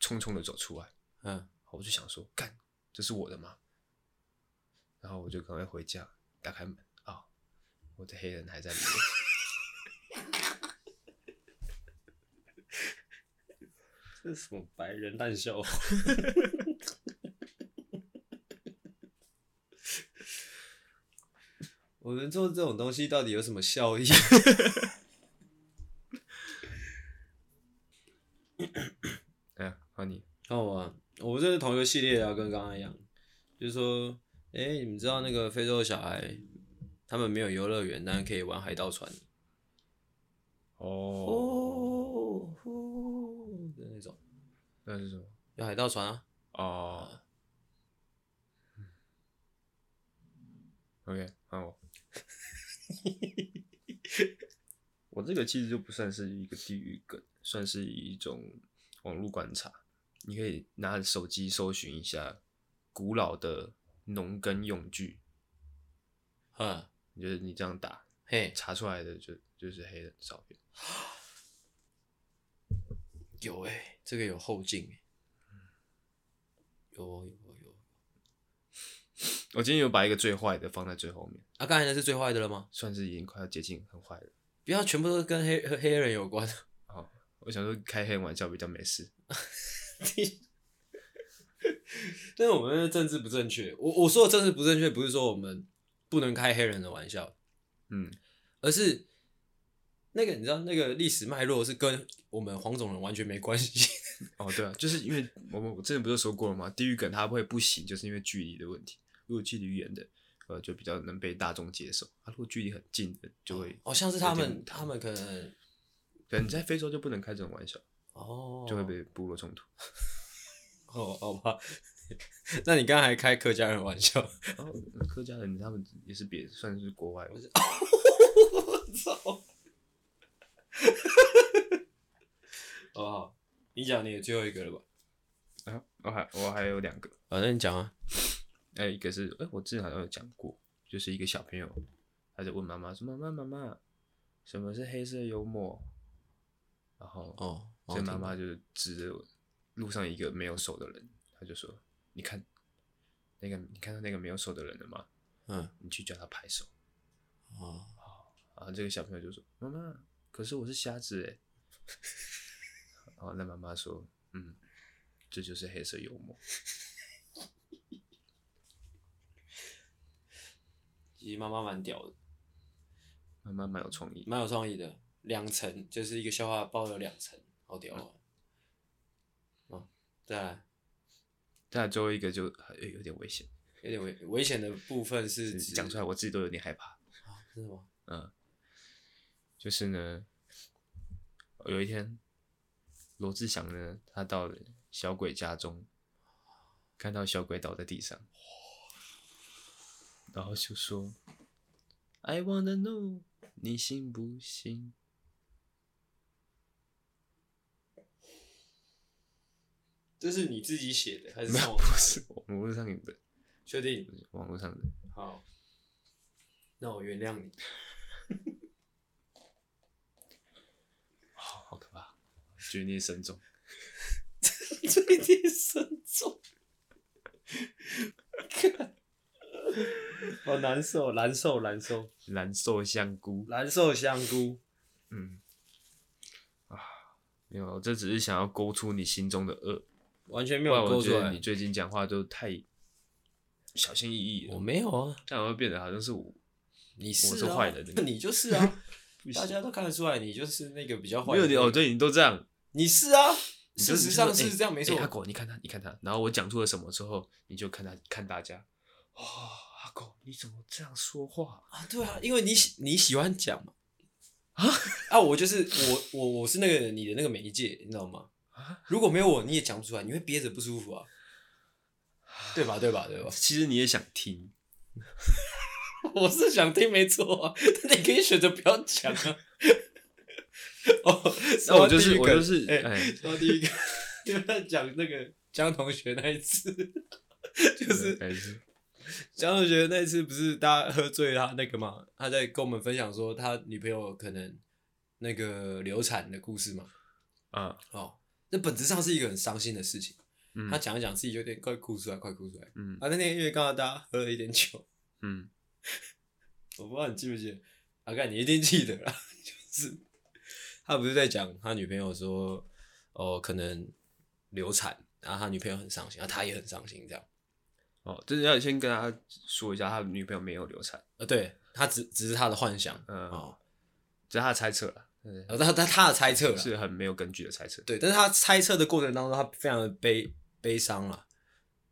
Speaker 1: 匆匆的走出来，
Speaker 3: 嗯，
Speaker 1: 我就想说，干，这是我的吗？然后我就赶快回家，打开门啊、我的黑人还在里面。 [LAUGHS]
Speaker 3: 这是什么白人烂笑话？ [LAUGHS] 我们做这种东西到底有什么效 [LAUGHS] 益？
Speaker 1: 哎呀，好你，
Speaker 3: 看我啊，我这是同一个系列的啊，跟刚刚一样，就是说，哎、你们知道那个非洲的小孩，他们没有游乐园，但可以玩海盗船
Speaker 1: 哦，
Speaker 3: 哦哦的那种，
Speaker 1: 那是什么？
Speaker 3: 有海盗船啊，
Speaker 1: 哦、o k 换我。 [LAUGHS] 我这个其实就不算是一个地域梗，算是一种网络观察。你可以拿手机搜寻一下古老的农耕用具，
Speaker 3: 嗯，
Speaker 1: 就是你这样打
Speaker 3: 嘿，
Speaker 1: 查出来的就就是黑人照片。
Speaker 3: 有哎、这个有后劲哎、有哦有哦有哦，
Speaker 1: 我今天有把一个最坏的放在最后面，
Speaker 3: 啊，刚才那是最坏的了吗？
Speaker 1: 算是已经快要接近很坏了。
Speaker 3: 不要全部都跟黑和黑人有关， [LAUGHS]
Speaker 1: 我想说开黑人玩笑比较没事。
Speaker 3: 但是我们的政治不正确，我我说的政治不正确，不是说我们不能开黑人的玩笑，
Speaker 1: 嗯，
Speaker 3: 而是那个你知道那个历史脉络是跟我们黄种人完全没关系。 [LAUGHS]
Speaker 1: 哦，对啊，就是因为我们我之前不是说过了吗？地域梗它会不行，就是因为距离的问题。如果距离远的，呃，就比较能被大众接受；啊，如果距离很近的，就会
Speaker 3: 哦，像是他
Speaker 1: 有点
Speaker 3: 们
Speaker 1: 无
Speaker 3: 他们可能
Speaker 1: 可能你在非洲就不能开这种玩笑，
Speaker 3: 哦
Speaker 1: 就会被部落冲
Speaker 3: [LAUGHS]
Speaker 1: 突。
Speaker 3: 哦好吧。 [LAUGHS] 那你刚才还开客家人玩笑，
Speaker 1: 然后哦客家人他们也是别算是国外，
Speaker 3: 我操！哦， [LAUGHS] 好你讲你的最后一个了吧？
Speaker 1: 啊，我还我还有两个，
Speaker 3: 反正你讲啊。
Speaker 1: 还有一个是，哎、我之前好像有讲过，就是一个小朋友，他就问妈妈说：“妈妈，妈妈，什么是黑色幽默？”然后
Speaker 3: 哦，
Speaker 1: 所以妈
Speaker 3: 我
Speaker 1: 妈就是指着路上一个没有手的人，她就说：“你看，那个你看到那个没有手的人了吗？
Speaker 3: 听嗯
Speaker 1: 你去叫他拍手。
Speaker 3: 哦，”
Speaker 1: 然后这个小朋友就说：“妈妈，可是我是瞎子哎。”然后那妈妈说：“嗯，这就是黑色幽默。
Speaker 3: 其实妈妈蛮屌的，”
Speaker 1: 妈妈蛮有创意。
Speaker 3: 蛮有创意的，两层就是一个笑话包了两层，好屌啊！嗯，再来。
Speaker 1: 再来最后一个就呃有点危险，
Speaker 3: 有点危危险的部分是指
Speaker 1: 讲出来我自己都有点害怕。
Speaker 3: 啊，是吗？
Speaker 1: 嗯，就是呢，有一天，罗志祥呢，他到了小鬼家中，看到小鬼倒在地上，然后就说：“I wanna know，你信不信？”
Speaker 3: 这是你自己写的还是
Speaker 1: 没
Speaker 3: 上
Speaker 1: 有，嗯
Speaker 3: 网
Speaker 1: [LAUGHS]
Speaker 3: 查？
Speaker 1: 不是网络上有的，
Speaker 3: 确定？
Speaker 1: 不是网络上的。
Speaker 3: 好，那我原谅你。
Speaker 1: 好好可怕，罪孽深重。
Speaker 3: 最低深重， [LAUGHS] 好难受，难受，难受，
Speaker 1: 蓝瘦香菇，
Speaker 3: 难受香菇。
Speaker 1: 嗯，啊，没有，我这只是想要勾出你心中的恶。
Speaker 3: 完全没
Speaker 1: 不然
Speaker 3: 有勾
Speaker 1: 我
Speaker 3: 出
Speaker 1: 觉得
Speaker 3: 来
Speaker 1: 你。最近讲话都太小心翼翼
Speaker 4: 我
Speaker 1: 了，
Speaker 4: 没有啊，
Speaker 1: 这样会变得好像是我。
Speaker 3: 你是、啊、
Speaker 1: 我是坏人
Speaker 3: 那你就是 [LAUGHS] 啊，大家都看得出来，你就是那个比较坏
Speaker 1: 没有
Speaker 3: 的
Speaker 1: 你
Speaker 3: 那
Speaker 1: 哦，
Speaker 3: 个。
Speaker 1: 对你都这样。
Speaker 3: 你是啊，
Speaker 1: 你就
Speaker 3: 事
Speaker 1: 是
Speaker 3: 实上
Speaker 1: 说
Speaker 3: 是
Speaker 1: 欸
Speaker 3: 这样，没
Speaker 1: 欸
Speaker 3: 错。
Speaker 1: 阿狗，你看他，你看他，然后我讲出了什么之后，你就看他看大家。哇、阿狗，你怎么这样说话？
Speaker 3: 啊，对啊，因为你喜你喜欢讲嘛。啊啊！我就是我我我是那个你的那个媒介，你知道吗
Speaker 1: 啊？
Speaker 3: 如果没有我，你也讲不出来，你会憋着不舒服啊，对吧？对吧？对吧？ [LAUGHS]
Speaker 1: 其实你也想听，
Speaker 3: 我是想听没错啊，但你可以选择不要讲啊。哦，
Speaker 1: 那我就是
Speaker 3: 说
Speaker 1: 我
Speaker 3: 到第一个
Speaker 1: 就是
Speaker 3: 哎、
Speaker 1: 哎
Speaker 3: 说到第一个， [LAUGHS] 你们在讲那个江同学那一次， [LAUGHS] 就是
Speaker 1: 还是
Speaker 3: 江同学那一次不是大家喝醉他那个嘛，他在跟我们分享说他女朋友可能那个流产的故事嘛。
Speaker 1: 啊，
Speaker 3: 哦，那本质上是一个很伤心的事情。
Speaker 1: 嗯
Speaker 3: 他讲一讲自己就有点快哭出来，快哭出来。
Speaker 1: 嗯
Speaker 3: 啊，那天因为刚好大家喝了一点酒，
Speaker 1: 嗯，
Speaker 3: [LAUGHS] 我不知道你记不记得，阿盖你一定记得啦， [LAUGHS] 就是他不是在讲他女朋友说，哦，可能流产，然后他女朋友很伤心，然后他也很伤心，这样，
Speaker 1: 哦，就是要先跟他说一下，他女朋友没有流产，
Speaker 3: 呃，对他只只是他的幻想，
Speaker 1: 嗯
Speaker 3: 哦，
Speaker 1: 这是他的猜测了，嗯
Speaker 3: 呃然后他他他的猜测啦，
Speaker 1: 是很没有根据的猜测。
Speaker 3: 对，但是他猜测的过程当中，他非常的悲悲伤了，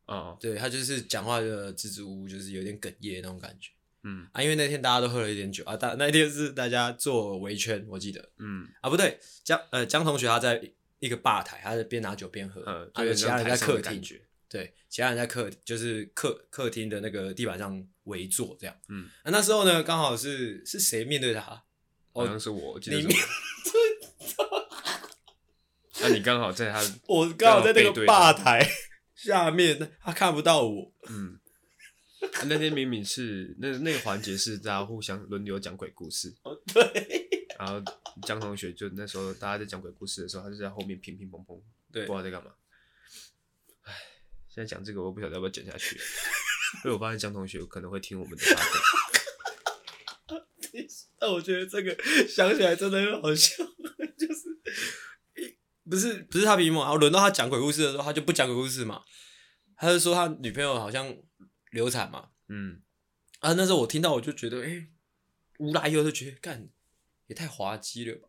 Speaker 1: 哦，
Speaker 3: 对他就是讲话的支支吾吾，就是有点哽咽那种感觉
Speaker 1: 嗯
Speaker 3: 啊，因为那天大家都喝了一点酒啊，大那天是大家做围圈，我记得，
Speaker 1: 嗯，
Speaker 3: 啊，不对，江呃江同学他在一个吧台，他在边拿酒边喝，
Speaker 1: 呃，
Speaker 3: 还有
Speaker 1: 就有
Speaker 3: 其他人在
Speaker 1: 台上的
Speaker 3: 客
Speaker 1: 感
Speaker 3: 厅，
Speaker 1: 觉，
Speaker 3: 对，其他人在客就是客客厅的那个地板上围坐这样。
Speaker 1: 嗯，
Speaker 3: 啊、那时候呢，刚好是是谁面对他？
Speaker 1: 好像是我，我记得
Speaker 3: 哦你
Speaker 1: 是
Speaker 3: 面 [LAUGHS]
Speaker 1: 我那你刚好在他，
Speaker 3: 我刚好在那
Speaker 1: 背
Speaker 3: 个
Speaker 1: 对他
Speaker 3: 吧台下面，他看不到我。
Speaker 1: 嗯，那天明明是那那个环节是大家互相轮流讲鬼故事，
Speaker 3: 哦对
Speaker 1: 然后江同学就那时候大家在讲鬼故事的时候，他就在后面乒乒乓乓，不
Speaker 3: 对
Speaker 1: 知，道在干嘛。唉，现在讲这个我不晓得要不要讲下去，因为我发现江同学可能会听我们的 p o
Speaker 3: 但我觉得这个 [LAUGHS] 想起来真的很好笑，就是。不是不是他皮梦，然后轮到他讲鬼故事的时候，他就不讲鬼故事嘛，他就说他女朋友好像流产嘛，
Speaker 1: 嗯
Speaker 3: 啊，那时候我听到我就觉得，哎、无来由就觉得，干也太滑稽了吧！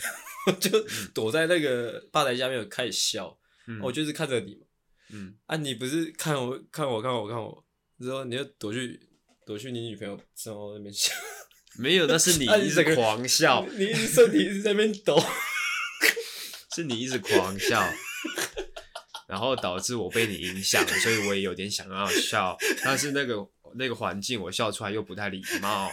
Speaker 3: [LAUGHS] 我就躲在那个吧台下面有开始笑，
Speaker 1: 嗯，
Speaker 3: 我就是看着你嘛，
Speaker 1: 嗯
Speaker 3: 啊，你不是看我看我看我看我，之后你就躲去躲去你女朋友身后那边笑，
Speaker 1: 没有，那
Speaker 3: [LAUGHS]
Speaker 1: 是你
Speaker 3: 啊你
Speaker 1: 一直
Speaker 3: 整个 [LAUGHS]
Speaker 1: 狂笑，
Speaker 3: 你你身体一直在那边抖， [LAUGHS]
Speaker 1: 是你一直狂笑，然后导致我被你影响，所以我也有点想要笑，但是那个那个环境我笑出来又不太礼貌。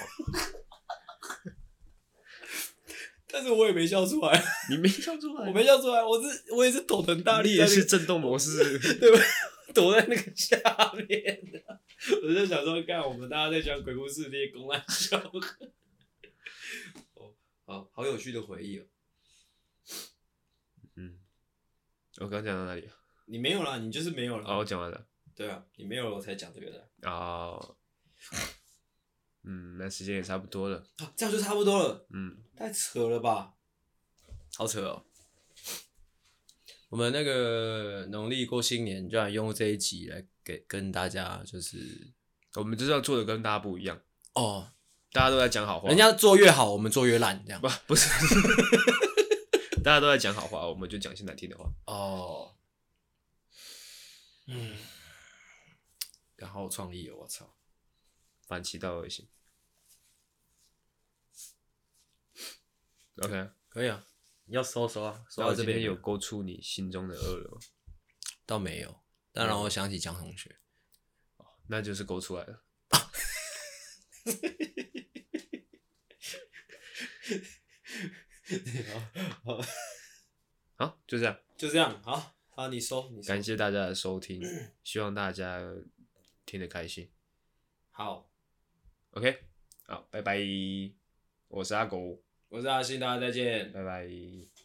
Speaker 3: 但是我也没笑出来，
Speaker 1: 你没笑出来，
Speaker 3: 我没笑出来，我是我也是抖得很大力
Speaker 1: 你
Speaker 3: 在
Speaker 1: 也
Speaker 3: 那
Speaker 1: 是
Speaker 3: 个，
Speaker 1: 震动模式。
Speaker 3: [LAUGHS] 对吧？躲在那个下面的，我就想说，看我们大家在讲鬼故事，你也公然笑。哦，好好有趣的回忆哦。
Speaker 1: 嗯，我刚讲到哪里？
Speaker 3: 你没有啦，你就是没有啦。
Speaker 1: 哦，我讲完了。
Speaker 3: 对啊，你没有了，我才讲这个的。
Speaker 1: 哦，嗯，那时间也差不多了。
Speaker 3: 啊，这样就差不多了，
Speaker 1: 嗯，
Speaker 3: 太扯了吧？好扯哦。我们那个农历过新年，就然用这一集来给跟大家就是
Speaker 1: 我们就是要做的跟大家不一样，
Speaker 3: 哦，
Speaker 1: 大家都在讲好话，
Speaker 3: 人家做越好，我们做越烂这样
Speaker 1: 不。不是， [LAUGHS] 大家都在讲好话，我们就讲些难听的话。
Speaker 3: 哦，嗯，然后创意哦，我操！
Speaker 1: 反其道而行。OK，
Speaker 3: 可以啊，你要搜搜啊，搜
Speaker 1: 那
Speaker 3: 到
Speaker 1: 我
Speaker 3: 这
Speaker 1: 今天
Speaker 3: 边
Speaker 1: 有勾出你心中的恶了吗，
Speaker 3: 倒没有，但让我想起江同 [LAUGHS] 学，
Speaker 1: 那就是勾出来了。
Speaker 3: 好，
Speaker 1: 好，就这样。
Speaker 3: 就这样，好，啊，你收，你收
Speaker 1: 感谢大家的收
Speaker 3: [CLEARS THROAT]
Speaker 1: 听，希望大家听得开心。
Speaker 3: 好，
Speaker 1: OK，好，拜拜，我是阿狗，
Speaker 3: 我是阿信，大家再见。
Speaker 1: 拜拜。